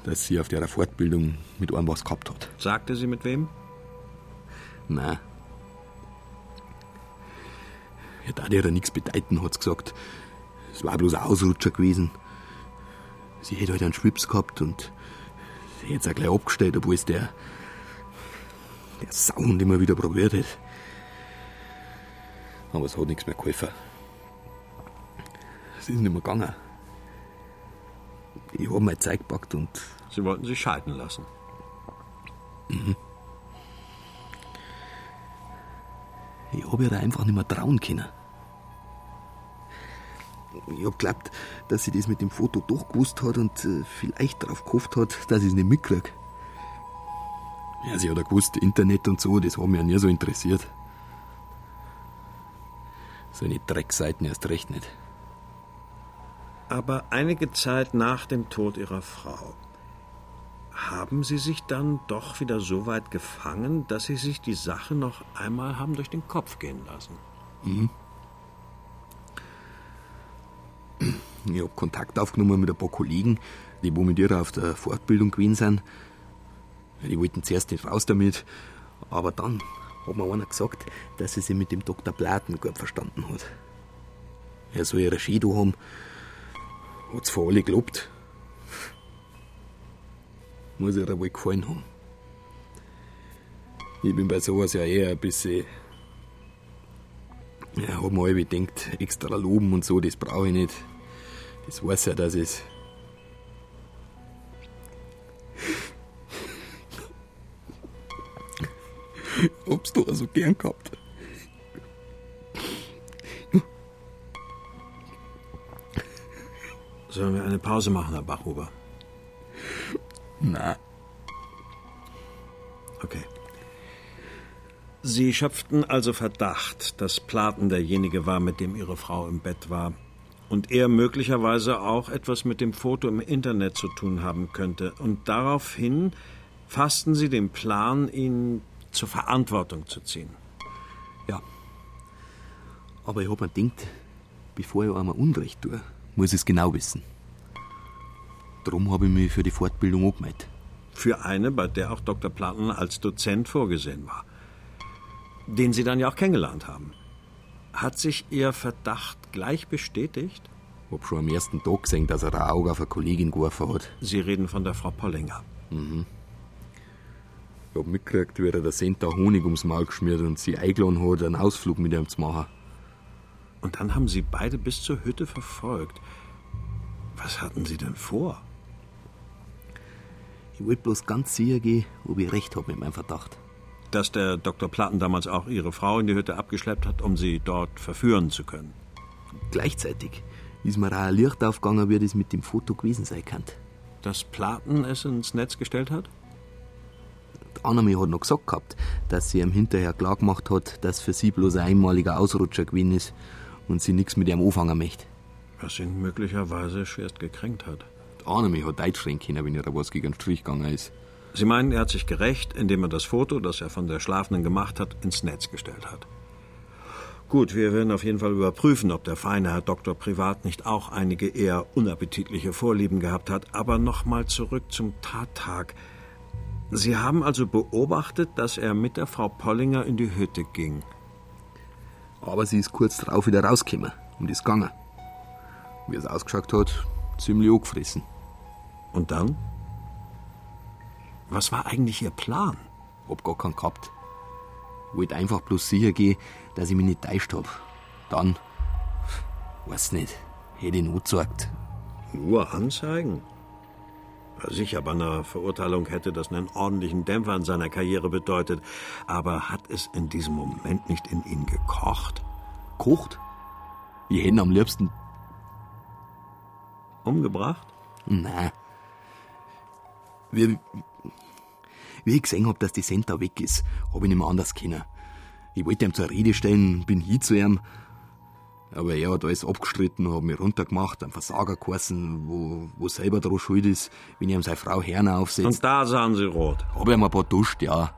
S11: dass sie auf der Fortbildung mit einem was gehabt hat.
S16: Sagte sie mit wem?
S11: Nein. Ja, da der nichts bedeuten, hat's gesagt. Es war bloß ein Ausrutscher gewesen. Sie hätte halt einen Schwips gehabt und sie hätte es auch gleich abgestellt, obwohl es der, der Sound immer wieder probiert hat. Aber es hat nichts mehr geholfen. Es ist nicht mehr gegangen. Ich habe mein Zeug gepackt und.
S16: Sie wollten sich scheiden lassen.
S11: Mhm. Ich habe ihr einfach nicht mehr trauen können. Ich habe geglaubt, dass sie das mit dem Foto doch gewusst hat und äh, vielleicht darauf gehofft hat, dass ich es nicht mitkriege. Ja, sie hat ja gewusst, Internet und so, das hat mich ja nie so interessiert. So eine Dreckseiten erst recht nicht.
S16: Aber einige Zeit nach dem Tod Ihrer Frau haben Sie sich dann doch wieder so weit gefangen, dass Sie sich die Sache noch einmal haben durch den Kopf gehen lassen.
S11: Mhm. Ich hab Kontakt aufgenommen mit ein paar Kollegen, die wo mit ihr auf der Fortbildung gewesen sind. Die wollten zuerst nicht raus damit, aber dann hat mir einer gesagt, dass sie sich mit dem Dr. Platen gut verstanden hat. Er soll ihre Ski da haben, hat's vor alle gelobt. Muss ihr wohl gefallen haben. Ich bin bei sowas ja eher ein bisschen. Ja, hab mir halb gedacht, extra loben und so, das brauche ich nicht. Das weiß ja, dass es. Ob's du also gern gehabt.
S16: Sollen wir eine Pause machen, Herr Bachhuber?
S11: Na.
S16: Okay. Sie schöpften also Verdacht, dass Platen derjenige war, mit dem Ihre Frau im Bett war. Und er möglicherweise auch etwas mit dem Foto im Internet zu tun haben könnte. Und daraufhin fassten Sie den Plan, ihn zur Verantwortung zu ziehen.
S11: Aber ich hab mir gedacht, bevor ich einmal Unrecht tue, muss ich es genau wissen. Drum habe ich mich für die Fortbildung angemeldet.
S16: Für eine, bei der auch Dr. Platten als Dozent vorgesehen war. Den Sie dann ja auch kennengelernt haben. Hat sich Ihr Verdacht gleich bestätigt?
S11: Hab schon am ersten Tag gesehen, dass er ein Auge auf eine Kollegin geworfen hat.
S16: Sie reden von der Frau Pollinger.
S11: Mhm. Ich hab mitgekriegt, wie er der Senta Honig ums Maul geschmiert und sie eingeladen hat, einen Ausflug mit ihm zu machen.
S16: Und dann haben Sie beide bis zur Hütte verfolgt. Was hatten Sie denn vor?
S11: Ich wollte bloß ganz sicher gehen, ob ich recht habe mit meinem Verdacht.
S16: dass der Dr. Platten damals auch Ihre Frau in die Hütte abgeschleppt hat, um sie dort verführen zu können.
S11: Gleichzeitig ist mir auch ein Licht aufgegangen, wie das mit dem Foto gewesen sein kann.
S16: Dass Platen es ins Netz gestellt hat?
S11: Die Annami hat noch gesagt gehabt, dass sie ihm hinterher klar gemacht hat, dass für sie bloß ein einmaliger Ausrutscher gewesen ist und sie nichts mit ihm anfangen möchte.
S16: Was ihn möglicherweise schwerst gekränkt hat.
S11: Die Annami hat einschreien können, wenn ihr da was gegen den Strich gegangen ist.
S16: Sie meinen, er hat sich gerecht, indem er das Foto, das er von der Schlafenden gemacht hat, ins Netz gestellt hat. Gut, wir werden auf jeden Fall überprüfen, ob der feine Herr Doktor privat nicht auch einige eher unappetitliche Vorlieben gehabt hat. Aber nochmal zurück zum Tattag. Sie haben also beobachtet, dass er mit der Frau Pollinger in die Hütte ging.
S11: Aber sie ist kurz darauf wieder rausgekommen, um das gegangen. Wie es ausgeschaut hat, ziemlich angefressen.
S16: Und dann? Was war eigentlich Ihr Plan?
S11: Hab gar keinen gehabt. Wollte einfach bloß sicher gehen, dass ich mich nicht täuscht hab. Dann, weiß nicht, hätte ich ihn angezeigt.
S16: Nur anzeigen? Sicher, bei einer Verurteilung hätte das einen ordentlichen Dämpfer in seiner Karriere bedeutet. Aber hat es in diesem Moment nicht in ihn gekocht?
S11: Kocht? Wir hätten am liebsten.
S16: Umgebracht?
S11: Nein. Wie, wie ich gesehen hab, dass die Senta weg ist, hab ich nicht mehr anders können. Ich wollte ihm zur Rede stellen, bin hin zu ihm. Aber er hat alles abgestritten, hat mich runtergemacht, einen Versager geheißen, wo, wo selber dran schuld ist, wenn ihm seine Frau Herner aufsetzt.
S16: Und da sahen Sie rot.
S11: Hab ihm ein paar duscht, ja.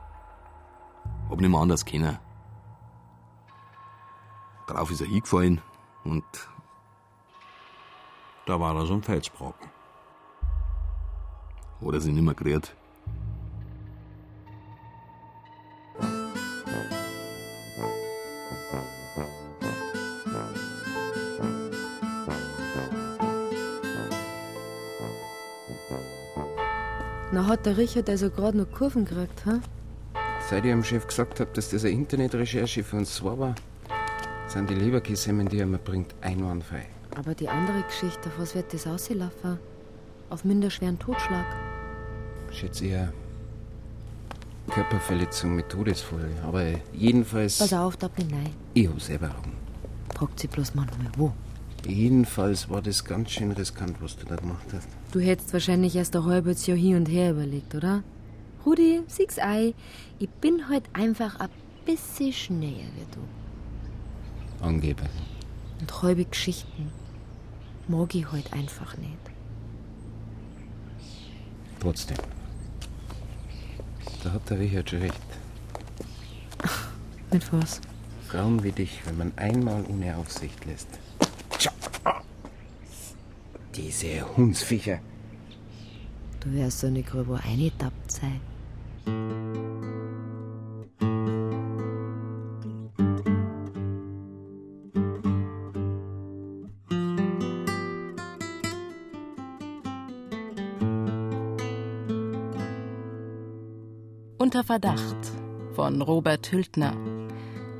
S11: Hab nicht mehr anders können. Drauf ist er hingefallen und
S16: Da war da so ein Felsbrocken.
S11: hat er sich nicht mehr gerührt.
S6: Na, hat der Richard also gerade noch Kurven gekriegt, hä?
S7: Seit ich dem Chef gesagt habe, dass das eine Internetrecherche für uns zwei war, sind die Leberkäsemen, die er mir bringt, einwandfrei.
S6: Aber die andere Geschichte, auf was wird das auslaufen? Auf minderschweren Totschlag.
S7: Schätze eher Körperverletzung mit Todesfolge. Aber jedenfalls.
S6: Pass auf, da bin ich. nein.
S7: Ich hab selber Augen.
S6: Fragt sie bloß manchmal, wo?
S7: Jedenfalls war das ganz schön riskant, was du da gemacht hast.
S6: Du hättest wahrscheinlich erst ein halbes Jahr hin und her überlegt, oder? Rudi, sieg's ei, ich bin heute einfach ein bisschen schneller wie du.
S7: Angeblich.
S6: Und halbe Geschichten mag ich heute einfach nicht.
S7: Trotzdem. Da hat der Richard schon recht.
S6: Mit was?
S7: Frauen wie dich, wenn man einmal ohne Aufsicht lässt. Tja. Diese Hundsviecher.
S6: Du wärst so nicht grob eingetappt sein.
S24: Unter Verdacht von Robert Hültner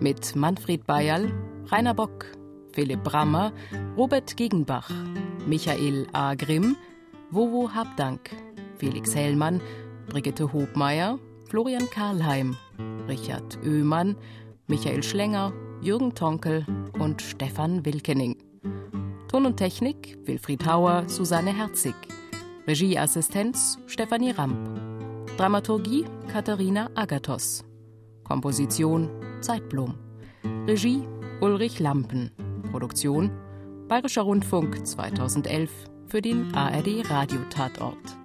S24: mit Manfred Bayerl, Rainer Bock, Philipp Brammer, Robert Gegenbach, Michael A. Grimm, Wowo Habdank, Felix Hellmann, Brigitte Hobmeier, Florian Karlheim, Richard Oehmann, Michael Schlenger, Jürgen Tonkel und Stefan Wilkening. Ton und Technik Wilfried Hauer, Susanne Herzig. Regieassistenz Stefanie Ramp. Dramaturgie Katharina Agathos. Komposition Zeitblom. Regie Ulrich Lampen. Produktion Bayerischer Rundfunk 2011 für den ARD Radiotatort.